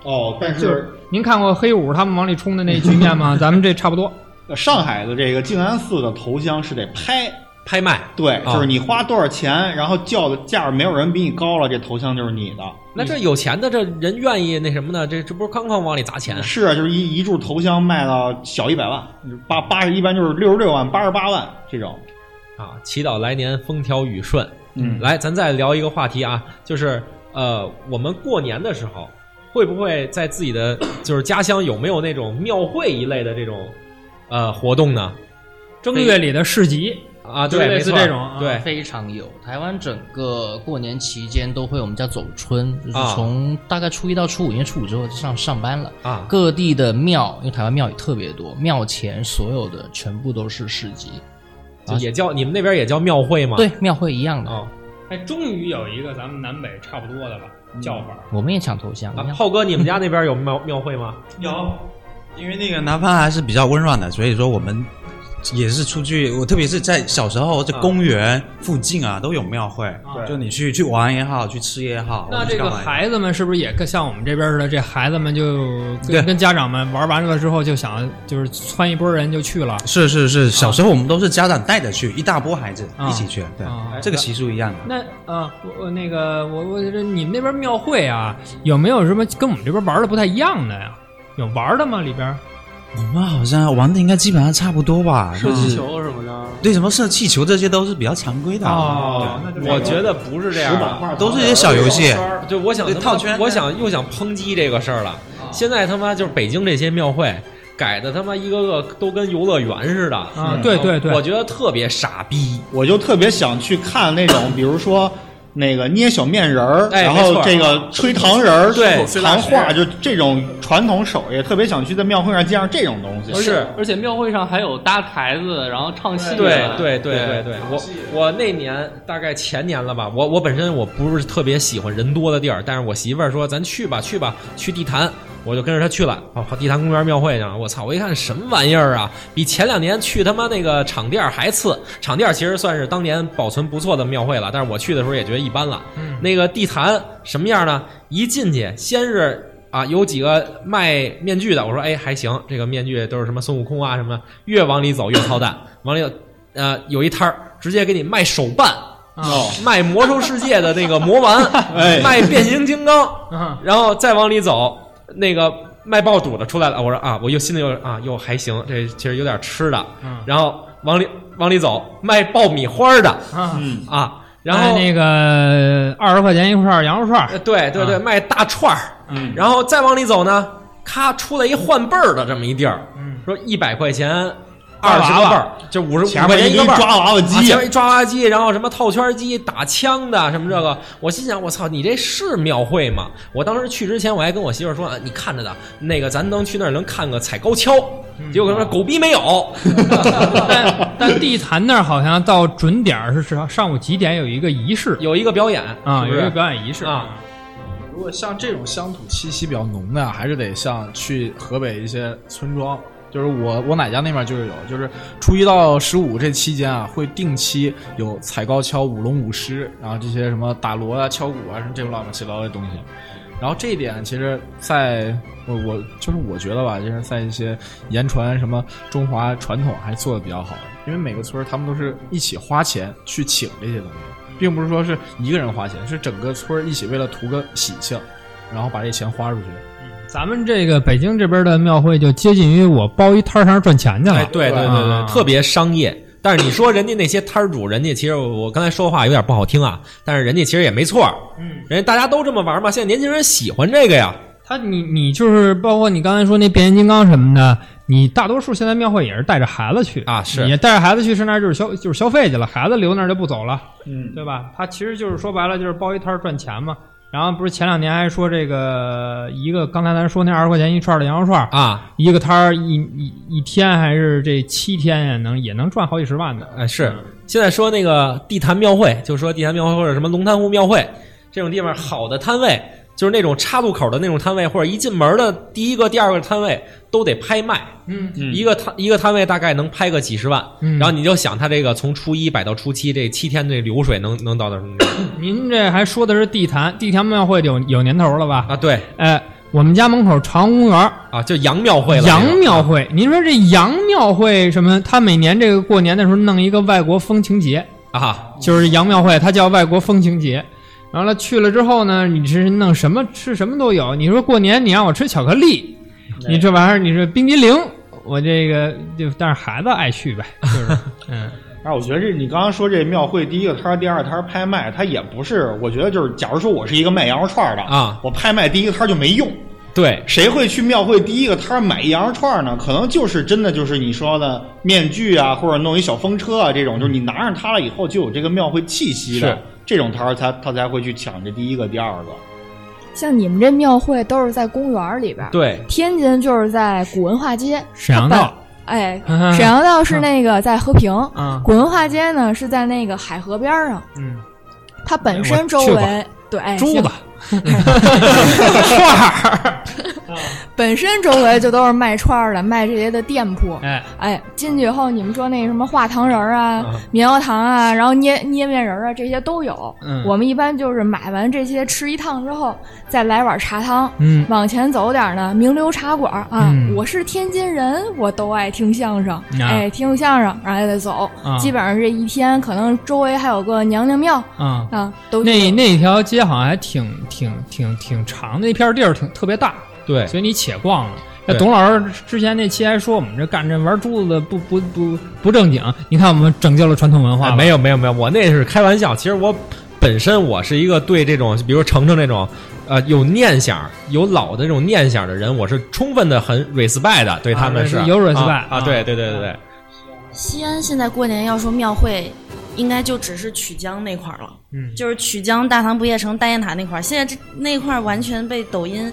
S4: 哦，但
S3: 就是是您看过黑五他们往里冲的那局面吗？咱们这差不多。
S4: 呃上海的这个静安寺的头香是得拍，
S2: 拍卖。
S4: 对，
S2: 啊
S4: 就是你花多少钱，然后叫的价儿没有人比你高了，这头香就是你的。
S2: 那这有钱的这人愿意那什么呢？这这不是哐哐往里砸钱？
S4: 是啊，就是一一柱头香卖到小一百万，八八十一般就是六十六万、八十八万这种。
S2: 啊，祈祷来年风调雨顺。
S4: 嗯，
S2: 来，咱再聊一个话题啊，就是呃，我们过年的时候会不会在自己的 [CLEARS THROAT] 就是家乡有没有那种庙会一类的这种呃活动呢？
S3: 正月里的市集，
S2: 啊，
S3: 就
S2: 对，
S3: 类
S2: 没
S3: 似
S2: 错
S3: 这种啊
S2: 对，
S9: 非常有。台湾整个过年期间都会有我们叫走春，就是
S2: 啊
S9: 从大概初一到初五，因为初五之后就上上班了。
S2: 啊
S9: 各地的庙，因为台湾庙也特别多，庙前所有的全部都是市集，
S8: 啊
S2: 就也叫你们那边也叫庙会吗？
S9: 对，庙会一样的。
S2: 哦，
S3: 哎，终于有一个咱们南北差不多的了叫法。
S9: 我们也抢头像，
S2: 啊
S9: 一样，
S2: 炮哥，你们家那边有庙庙会吗？
S5: 有
S8: 因为那个南方还是比较温暖的，所以说我们也是出去，我特别是在小时候，这公园附近啊都有庙会，就你去去玩也好，去吃也好，
S3: 那
S8: 或者
S3: 这
S8: 去
S3: 个
S8: 干嘛也好
S3: 孩子们是不是也跟像我们这边似的？这孩子们就
S8: 对
S3: 跟跟家长们玩完了之后，就想就是窜一波人就去了。
S8: 是是是，小时候我们都是家长带着去，一大波孩子一起去，对
S3: 啊，
S8: 这个习俗一样的。
S3: 那啊，我我那个我我这你们那边庙会啊，有没有什么跟我们这边玩的不太一样的呀？有玩的吗？里边？
S8: 我们好像玩的应该基本上差不多吧， [LAUGHS] 啊就
S5: 射气
S8: 是
S5: 球什么的。
S8: 对什么射气球这些都是比较常规的，啊
S3: 哦，那
S2: 我觉得不是这样的。
S8: 都是一些小游戏。
S2: 对，我想
S8: 对
S2: 他妈
S8: 套圈
S2: 我想又想抨击这个事儿了。现在他妈就是北京这些庙会改的他妈一个个都跟游乐园似的
S3: 啊，对对对，
S2: 嗯我觉得特别傻逼。
S4: 我就特别想去看那种，比如说那个捏小面人儿，
S2: 哎
S4: 然
S2: 没
S4: 后
S2: 错
S4: 这个吹糖人儿，
S2: 对
S4: 糖画，就这种传统手艺，特别想去在庙会上见上这种东西。
S2: 是
S5: 而且庙会上还有搭台子，然后唱戏的。
S2: 对对对对对，我我那年大概前年了吧，我我本身我不是特别喜欢人多的地儿，但是我媳妇儿说咱去吧去吧，去地坛，我就跟着她去了，跑跑地坛公园庙会去了。我操！我一看什么玩意儿啊，比前两年去他妈那个场店儿还次。场店儿其实算是当年保存不错的庙会了，但是我去的时候也觉得一般了。
S3: 嗯
S2: 那个地坛什么样呢？一进去先是。啊，有几个卖面具的，我说哎还行，这个面具都是什么孙悟空啊什么，越往里走越操蛋，往里呃有一摊儿直接给你卖手办，
S3: 啊
S2: 卖魔兽世界的那个魔丸，
S4: 哎
S2: 卖变形金刚，
S3: 啊
S2: 然后再往里走，那个卖爆肚的出来了，我说啊，我又心里又啊又还行，这其实有点吃的，
S3: 嗯
S2: 然后往里往里走，卖爆米花的
S3: 啊！
S4: 嗯，
S2: 啊，然后、
S3: 那个二十块钱一串羊肉串儿
S2: 呃，对对对，
S3: 啊
S2: 卖大串儿，
S3: 嗯
S2: 然后再往里走呢，咔出来一换辈儿的这么一地儿，
S3: 嗯
S2: 说一百块钱。
S3: 抓
S2: 二
S3: 娃
S2: 十
S3: 娃
S2: 个辈儿，就五十五
S4: 前
S2: 块
S4: 面
S2: 钱
S4: 一
S2: 个
S4: 堆
S2: 辈儿，
S4: 抓娃娃
S2: 啊，
S4: 机
S2: 前，面一抓娃娃机，然后什么套圈机、打枪的什么这个，我心想我操，你这是庙会吗？我当时去之前我还跟我媳妇儿说啊，你看着的，
S3: 嗯
S2: 那个咱能去那儿能看个踩高跷，结果他说狗逼没有，但
S3: 但地坛那儿好像到准点儿是上上午几点有一个仪式
S2: 有一个表演
S3: 啊，
S2: 是不
S3: 有一
S2: 是
S3: 个表演仪式
S2: 啊，
S1: 如果像这种乡土气息比较浓的，还是得像去河北一些村庄。就是我我奶家那边就是有，就是初一到十五这期间啊，会定期有踩高跷、舞龙舞狮，然后这些什么打锣啊、敲鼓啊，什么这种乱七八糟的东西。然后这一点其实在我我就是我觉得吧，就是在一些言传什么中华传统还做的比较好，因为每个村儿他们都是一起花钱去请这些东西，并不是说是一个人花钱，是整个村儿一起为了图个喜庆，然后把这钱
S2: [LAUGHS]
S1: 花出去。
S3: 咱们这个北京这边的庙会就接近于我包一摊儿上赚钱去了。
S2: 哎，对对对
S3: 啊
S2: 对，特别商业。但是你说人家那些摊儿主，人家其实我刚才说话有点不好听啊，但是人家其实也没错，嗯，人家大家都这么玩嘛，现在年轻人喜欢这个呀，
S3: 他你你就是包括你刚才说那变形金刚什么的，你大多数现在庙会也是带着孩子去
S2: 啊是
S3: 也带着孩子去，上那儿就是消就是消费去了，孩子留那儿就不走了，
S4: 嗯，
S3: 对吧？他其实就是说白了就是包一摊儿赚钱嘛。然后不是前两年还说这个一个刚才咱说那二十块钱一串儿的羊肉串儿，
S2: 啊，
S3: 一个摊儿一一一天还是这七天呀，能也能赚好几十万的。
S2: 哎是。现在说那个地坛庙会，就说地坛庙会或者什么龙潭湖庙会这种地方，好的摊位就是那种岔路口的那种摊位，或者一进门的第一个、第二个摊位都得拍卖，
S3: 嗯
S2: 一个摊一个摊位大概能拍个几十万，
S3: 嗯
S2: 然后你就想他这个从初一摆到初七这七天这流水能能到达什么地步
S3: 您这还说的是地坛，地坛庙会有有年头了吧？
S2: 啊？对。
S3: 哎，我们家门口长公园儿
S2: 啊，就杨庙会了。
S3: 洋庙会，您说这洋庙会什么？他每年这个过年的时候弄一个外国风情节，
S2: 啊，
S3: 就是洋庙会，它叫外国风情节。完了去了之后呢，你这是弄什么吃什么都有。你说过年你让我吃巧克力，你这玩意儿你说冰激凌，我这个就但是孩子爱去呗，
S2: [LAUGHS]
S3: 就是嗯，
S4: 啊，我觉得这你刚刚说这庙会第一个摊儿、第二摊儿拍卖，它也不是，我觉得就是，假如说我是一个卖羊肉串儿的
S2: 啊，
S4: 我拍卖第一个摊儿就没用，
S2: 对
S4: 谁会去庙会第一个摊儿买一羊肉串儿呢？可能就是真的就是你说的面具啊，或者弄一小风车啊这种，就是你拿上它了以后就有这个庙会气息
S2: 是
S4: 的这种摊儿，它它才会去抢这第一个、第二个。
S6: 像你们这庙会都是在公园儿里边儿，
S2: 对，
S6: 天津就是在古文化街，
S3: 沈阳道 [LAUGHS]
S6: 哎，沈阳道是那个在和平，
S3: 啊，
S6: 古文化街呢是在那个海河边儿上，
S3: 嗯，
S6: 它本身周围对哎
S3: 珠
S6: 行
S3: 子
S6: [LAUGHS] 本身周围就都是卖串儿的、卖这些的店铺。
S3: 哎
S6: 哎，进去以后，你们说那什么画糖人儿
S2: 啊
S6: 啊、棉花糖啊，然后捏捏面人儿啊，这些都有。
S3: 嗯
S6: 我们一般就是买完这些吃一趟之后，再来碗茶汤。
S3: 嗯
S6: 往前走点儿呢，名流茶馆儿啊，
S3: 嗯
S6: 我是天津人，我都爱听相声，哎，听相声，然后再走，
S3: 啊
S6: 基本上这一天，可能周围还有个娘娘庙
S3: 啊。
S6: 啊，都
S3: 那
S6: 有
S3: 那条街好像还挺挺挺挺长的，那片地儿挺特别大，
S2: 对
S3: 所以你且逛了。那
S2: 对
S3: 董老师之前那期还说我们这干这玩珠子的不不不不正经，你看我们拯救了传统文化吧、
S2: 啊，没有没有没有，我那是开玩笑。其实我本身我是一个对这种，比如程程这种，呃，有念想、有老的这种念想的人，我是充分的很 respect 的，对他们是、
S3: 啊有 respect，
S2: 啊
S3: 啊
S2: 啊，对对对对对，
S7: 西安现在过年要说庙会，应该就只是曲江那块儿了，
S3: 嗯
S7: 就是曲江、大唐不夜城、大雁塔那块儿。现在这那块儿完全被抖音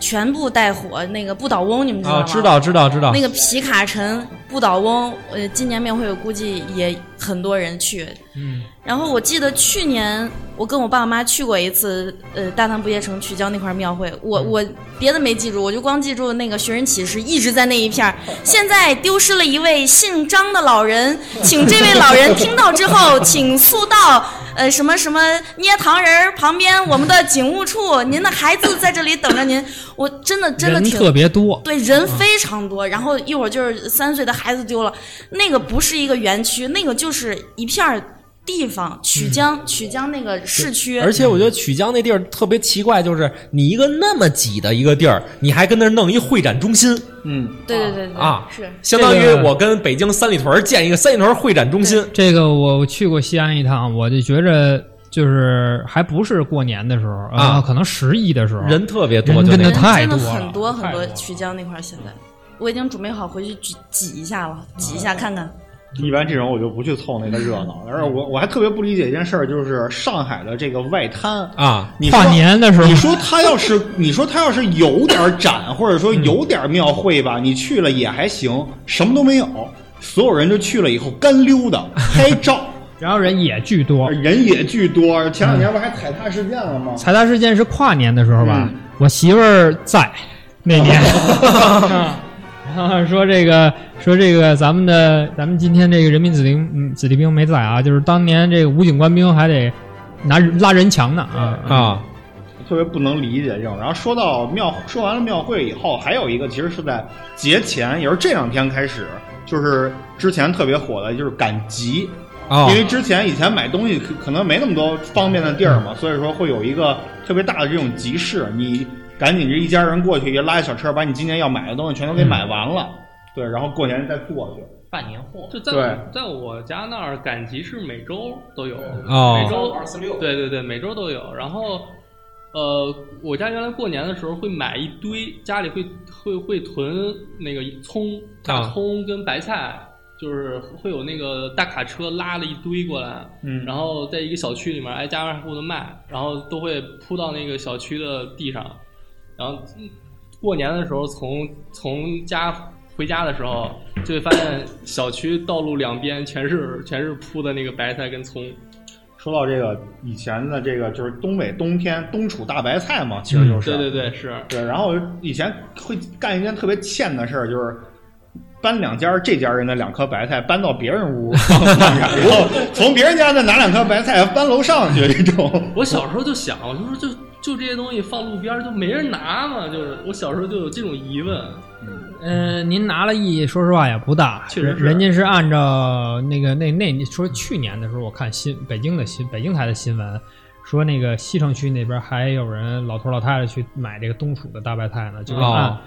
S7: 全部带火，那个不倒翁你们知道
S2: 啊，
S7: 吗？
S2: 知道知道知道
S7: 那，个皮卡陈、不倒翁，呃，今年庙会我估计也很多人去。
S3: 嗯
S7: 然后我记得去年我跟我爸妈去过一次，呃，大唐不夜城曲江那块庙会，我我别的没记住，我就光记住那个寻人启事一直在那一片儿。现在丢失了一位姓张的老人，请这位老人听到之后，请速到呃什么什么捏糖人儿旁边我们的警务处，您的孩子在这里等着您。我真的真的
S3: 人
S7: 挺
S3: 特别多，
S7: 对，人非常多。然后一会儿就是三岁的孩子丢了，那个不是一个园区，那个就是一片儿地方，曲江、曲江那个市区。
S2: 嗯而且我觉得曲江那地儿特别奇怪，就是你一个那么挤的一个地儿，你还跟那儿弄一会展中心，
S4: 嗯，
S7: 对对对对，
S2: 啊
S7: 是
S2: 相当于
S3: 这个
S2: 我跟北京三里屯儿建一个三里屯儿会展中心。
S3: 这个我去过西安一趟，我就觉着就是还不是过年的时候呃
S2: 啊
S3: 可能十一的时候
S2: 人特别多，
S3: 人
S2: 就
S3: 跟
S2: 那
S3: 着
S7: 人
S2: 地儿
S3: 他太
S7: 真的
S3: 多了
S7: 很多很
S3: 太多
S7: 多
S3: 了。
S7: 曲江那块儿现在，我已经准备好回去挤挤一下了，挤
S2: 啊
S7: 一下看看。
S4: 一般这种我就不去凑那个热闹。而且我我还特别不理解一件事儿，就是上海的这个外滩，
S2: 啊，
S4: 你说
S3: 跨年的时候
S4: 你说他要是你说他要是有点展，或者说有点庙会吧，你去了也还行，什么都没有。所有人就去了以后干溜达拍照，
S3: [LAUGHS] 然后人也巨多。嗯
S4: 人也巨多。前两年不还踩踏事件了吗？
S3: 踩踏事件是跨年的时候
S2: 嗯
S3: 吧？我媳妇儿在那
S2: [LAUGHS]
S3: 年， [LAUGHS] 然后说这个说这个咱们的咱们今天这个人民子弟嗯子弟兵没在啊，就是当年这个武警官兵还得拿人拉人墙呢啊
S2: 啊，
S4: 特别不能理解这种。然后说到庙，说完了庙会以后，还有一个其实是在节前，也是这两天开始，就是之前特别火的，就是赶集。
S2: 啊
S4: 因为之前以前买东西可可能没那么多方便的地儿嘛，所以说会有一个特别大的这种集市，你赶紧这一家人过去，也拉一小车，把你今年要买的东西全都给买完了，对，然后过年再过去。
S9: 办年货，
S5: 就在
S4: 对
S5: 在我家那儿赶集是每周都有，
S2: 哦
S5: 每周二四六，对对对，每周都有。然后，呃，我家原来过年的时候会买一堆，家里会会会囤那个葱、大
S2: 啊
S5: 葱跟白菜，就是会有那个大卡车拉了一堆过来，
S4: 嗯
S5: 然后在一个小区里面挨家挨户的卖，然后都会铺到那个小区的地上，然后嗯过年的时候从从家回家的时候，就会发现小区道路两边全是全是铺的那个白菜跟葱，
S4: 说到这个以前的这个就是东北冬天冬储大白菜嘛，其实就是、
S5: 嗯对对对，是
S4: 对，然后以前会干一件特别欠的事儿，就是搬两家这家人的两颗白菜搬到别人
S5: [LAUGHS]
S4: 屋放那边儿，然后从别人家再拿两颗白菜搬楼上去，这种
S5: 我小时候就想，我就说就就这些东西放路边儿就没人拿嘛，就是我小时候就有这种疑问，
S3: 呃，您拿了意义，说实话也不大，
S5: 确实是
S3: 人人家是按照那个那那你说去年的时候，我看新北京的新北京台的新闻，说那个西城区那边还有人老头老太太去买这个冬储的大白菜呢，就是按、
S2: 哦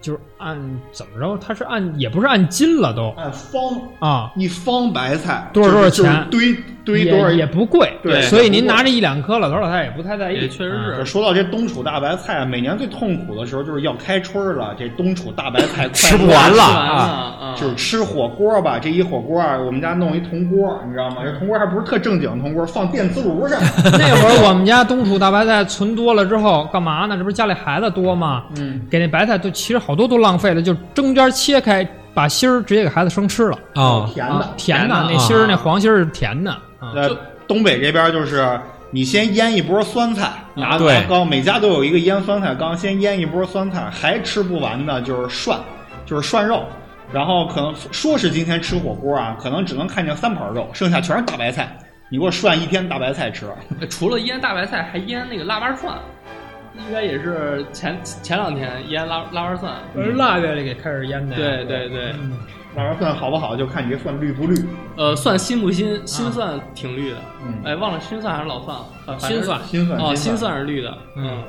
S3: 就是按怎么着，他是按也不是按斤了都
S4: 按方
S3: 啊，
S4: 一方白菜
S3: 多少多少
S4: 就是
S3: 钱
S4: 就是堆堆
S3: 也
S4: 多少
S3: 也不贵，
S4: 对
S3: 所以您
S4: 也不贵
S3: 拿着一两颗，老头老太太也不太在意啊
S5: 也，确实是。
S4: 说到这冬储大白菜，啊每年最痛苦的时候就是要开春儿了，这冬储大白菜吃不完
S5: 吃完
S2: 啊
S5: 啊
S4: 就是吃火锅吧，这一火锅啊，我们家弄一铜锅，你知道吗？这铜锅还不是特正经的铜锅，放电磁炉上。
S3: [LAUGHS] 那会儿我们家冬储大白菜存多了之后，干嘛呢？这不是家里孩子多吗？
S4: 嗯，
S3: 给那白菜都其实好多都浪费了，就中间切开，把芯儿直接给孩子生吃了。
S2: 啊
S4: 甜
S3: 啊
S4: 的，
S3: 甜
S5: 甜
S3: 的
S5: 的
S3: 那芯儿那黄芯儿是甜的啊。
S4: 呃，东北这边就是你先腌一波酸菜，拿
S2: 对
S4: 拿缸，每家都有一个腌酸菜缸，先腌一波酸菜，还吃不完的就是涮，就是涮肉。然后可能说是今天吃火锅啊，可能只能看见三盘肉，剩下全是大白菜。你给我涮一天大白菜吃，
S5: 呃除了腌大白菜，还腌那个腊八蒜，应该也是前前两天腌腊腊八蒜。
S3: 是腊月里给开始腌的
S5: 对对对，
S4: 那嗯玩意儿算好不好就看你这蒜绿不绿。
S5: 呃，蒜新不新？新蒜挺绿的，
S4: 啊嗯
S5: 哎，忘了新蒜还是老蒜了。反
S3: 新蒜
S4: 新蒜
S5: 哦，
S4: 新
S5: 新蒜是绿的，嗯。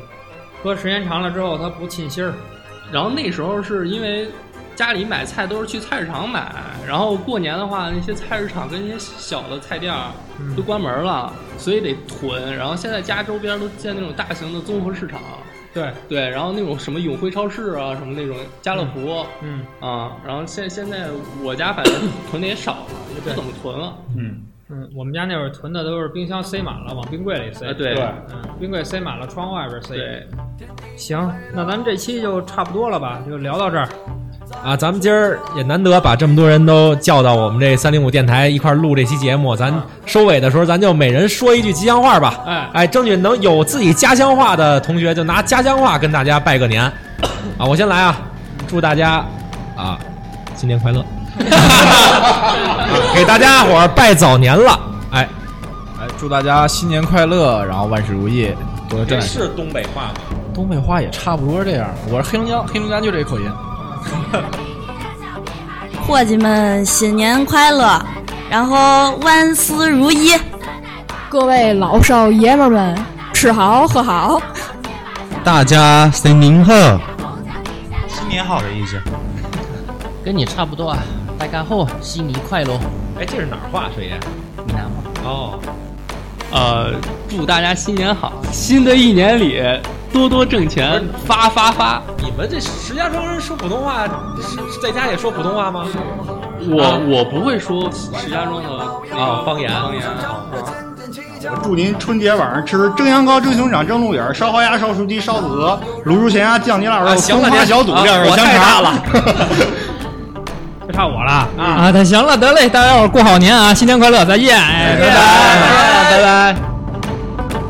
S3: 搁时间长了之后，它不沁芯儿。
S5: 然后那时候是因为家里买菜都是去菜市场买，然后过年的话，那些菜市场跟一些小的菜店儿
S4: 嗯
S5: 都关门了，所以得囤。然后现在家周边都建那种大型的综合市场，
S3: 对，
S5: 对，然后那种什么永辉超市啊，什么那种家乐福。
S3: 嗯，
S5: 啊，然后现现在我家反正囤的也少了，也不怎么囤了。
S4: 嗯，
S3: 嗯，我们家那会儿囤的都是冰箱塞满了，往冰柜里塞。
S5: 啊，，对，
S4: 对，
S3: 嗯，冰柜塞满了，窗户外边塞。
S5: 对，
S3: 行，那咱们这期就差不多了吧，就聊到这儿。
S2: 啊！咱们今儿也难得把这么多人都叫到我们这三零五电台一块儿录这期节目，咱
S5: 啊
S2: 收尾的时候咱就每人说一句吉祥话吧。
S3: 哎
S2: 哎，争取能有自己家乡话的同学就拿家乡话跟大家拜个年。啊，我先来啊，祝大家啊新年快乐，给大家伙儿拜早年了。哎，
S1: 哎，祝大家新年快乐，然后万事如意，多挣点钱。
S4: 是东北话吗？
S1: 东北话也差不多这样，我是黑龙江，黑龙江就这口音。
S7: 伙计们，新年快乐，然后万事如意。
S6: 各位老少爷们儿们，吃好喝好。
S8: 大家新年贺，新年好的意思。
S9: 跟你差不多啊。大家好，悉尼快乐，
S2: 哎，这是哪儿话，水爷？
S9: 你拿吗？
S2: 哦，
S5: 呃，祝大家新年好，新的一年里多多挣钱，发发发。
S2: 你们这石家庄人说普通话，是在家也说普通话吗？
S5: 我、我不会说石家庄的
S2: 啊
S5: 啊
S2: 方言
S5: 方言。啊
S4: 祝您春节晚上吃蒸羊羔、蒸熊掌、蒸鹿眼儿、烧花鸭、烧雏鸡、烧子鹅、卤猪咸鸭、酱泥腊肉、
S2: 啊行
S4: 松
S2: 了
S4: 花
S2: 您
S4: 小肚、
S2: 啊
S4: 晾肉
S2: 我
S4: 香
S2: 太大
S4: 肠。
S2: 了
S3: 就差我了啊！那行了，得嘞，大家伙儿过好年啊，新年快乐，再见，哎，拜拜，拜拜。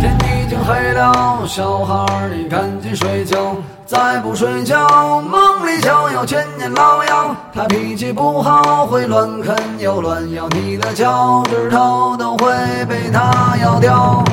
S10: 天已经黑了，小孩儿你赶紧睡觉，再不睡觉，梦里就有千年老妖。他脾气不好，会乱啃又乱咬，你的脚趾头都会被他咬掉。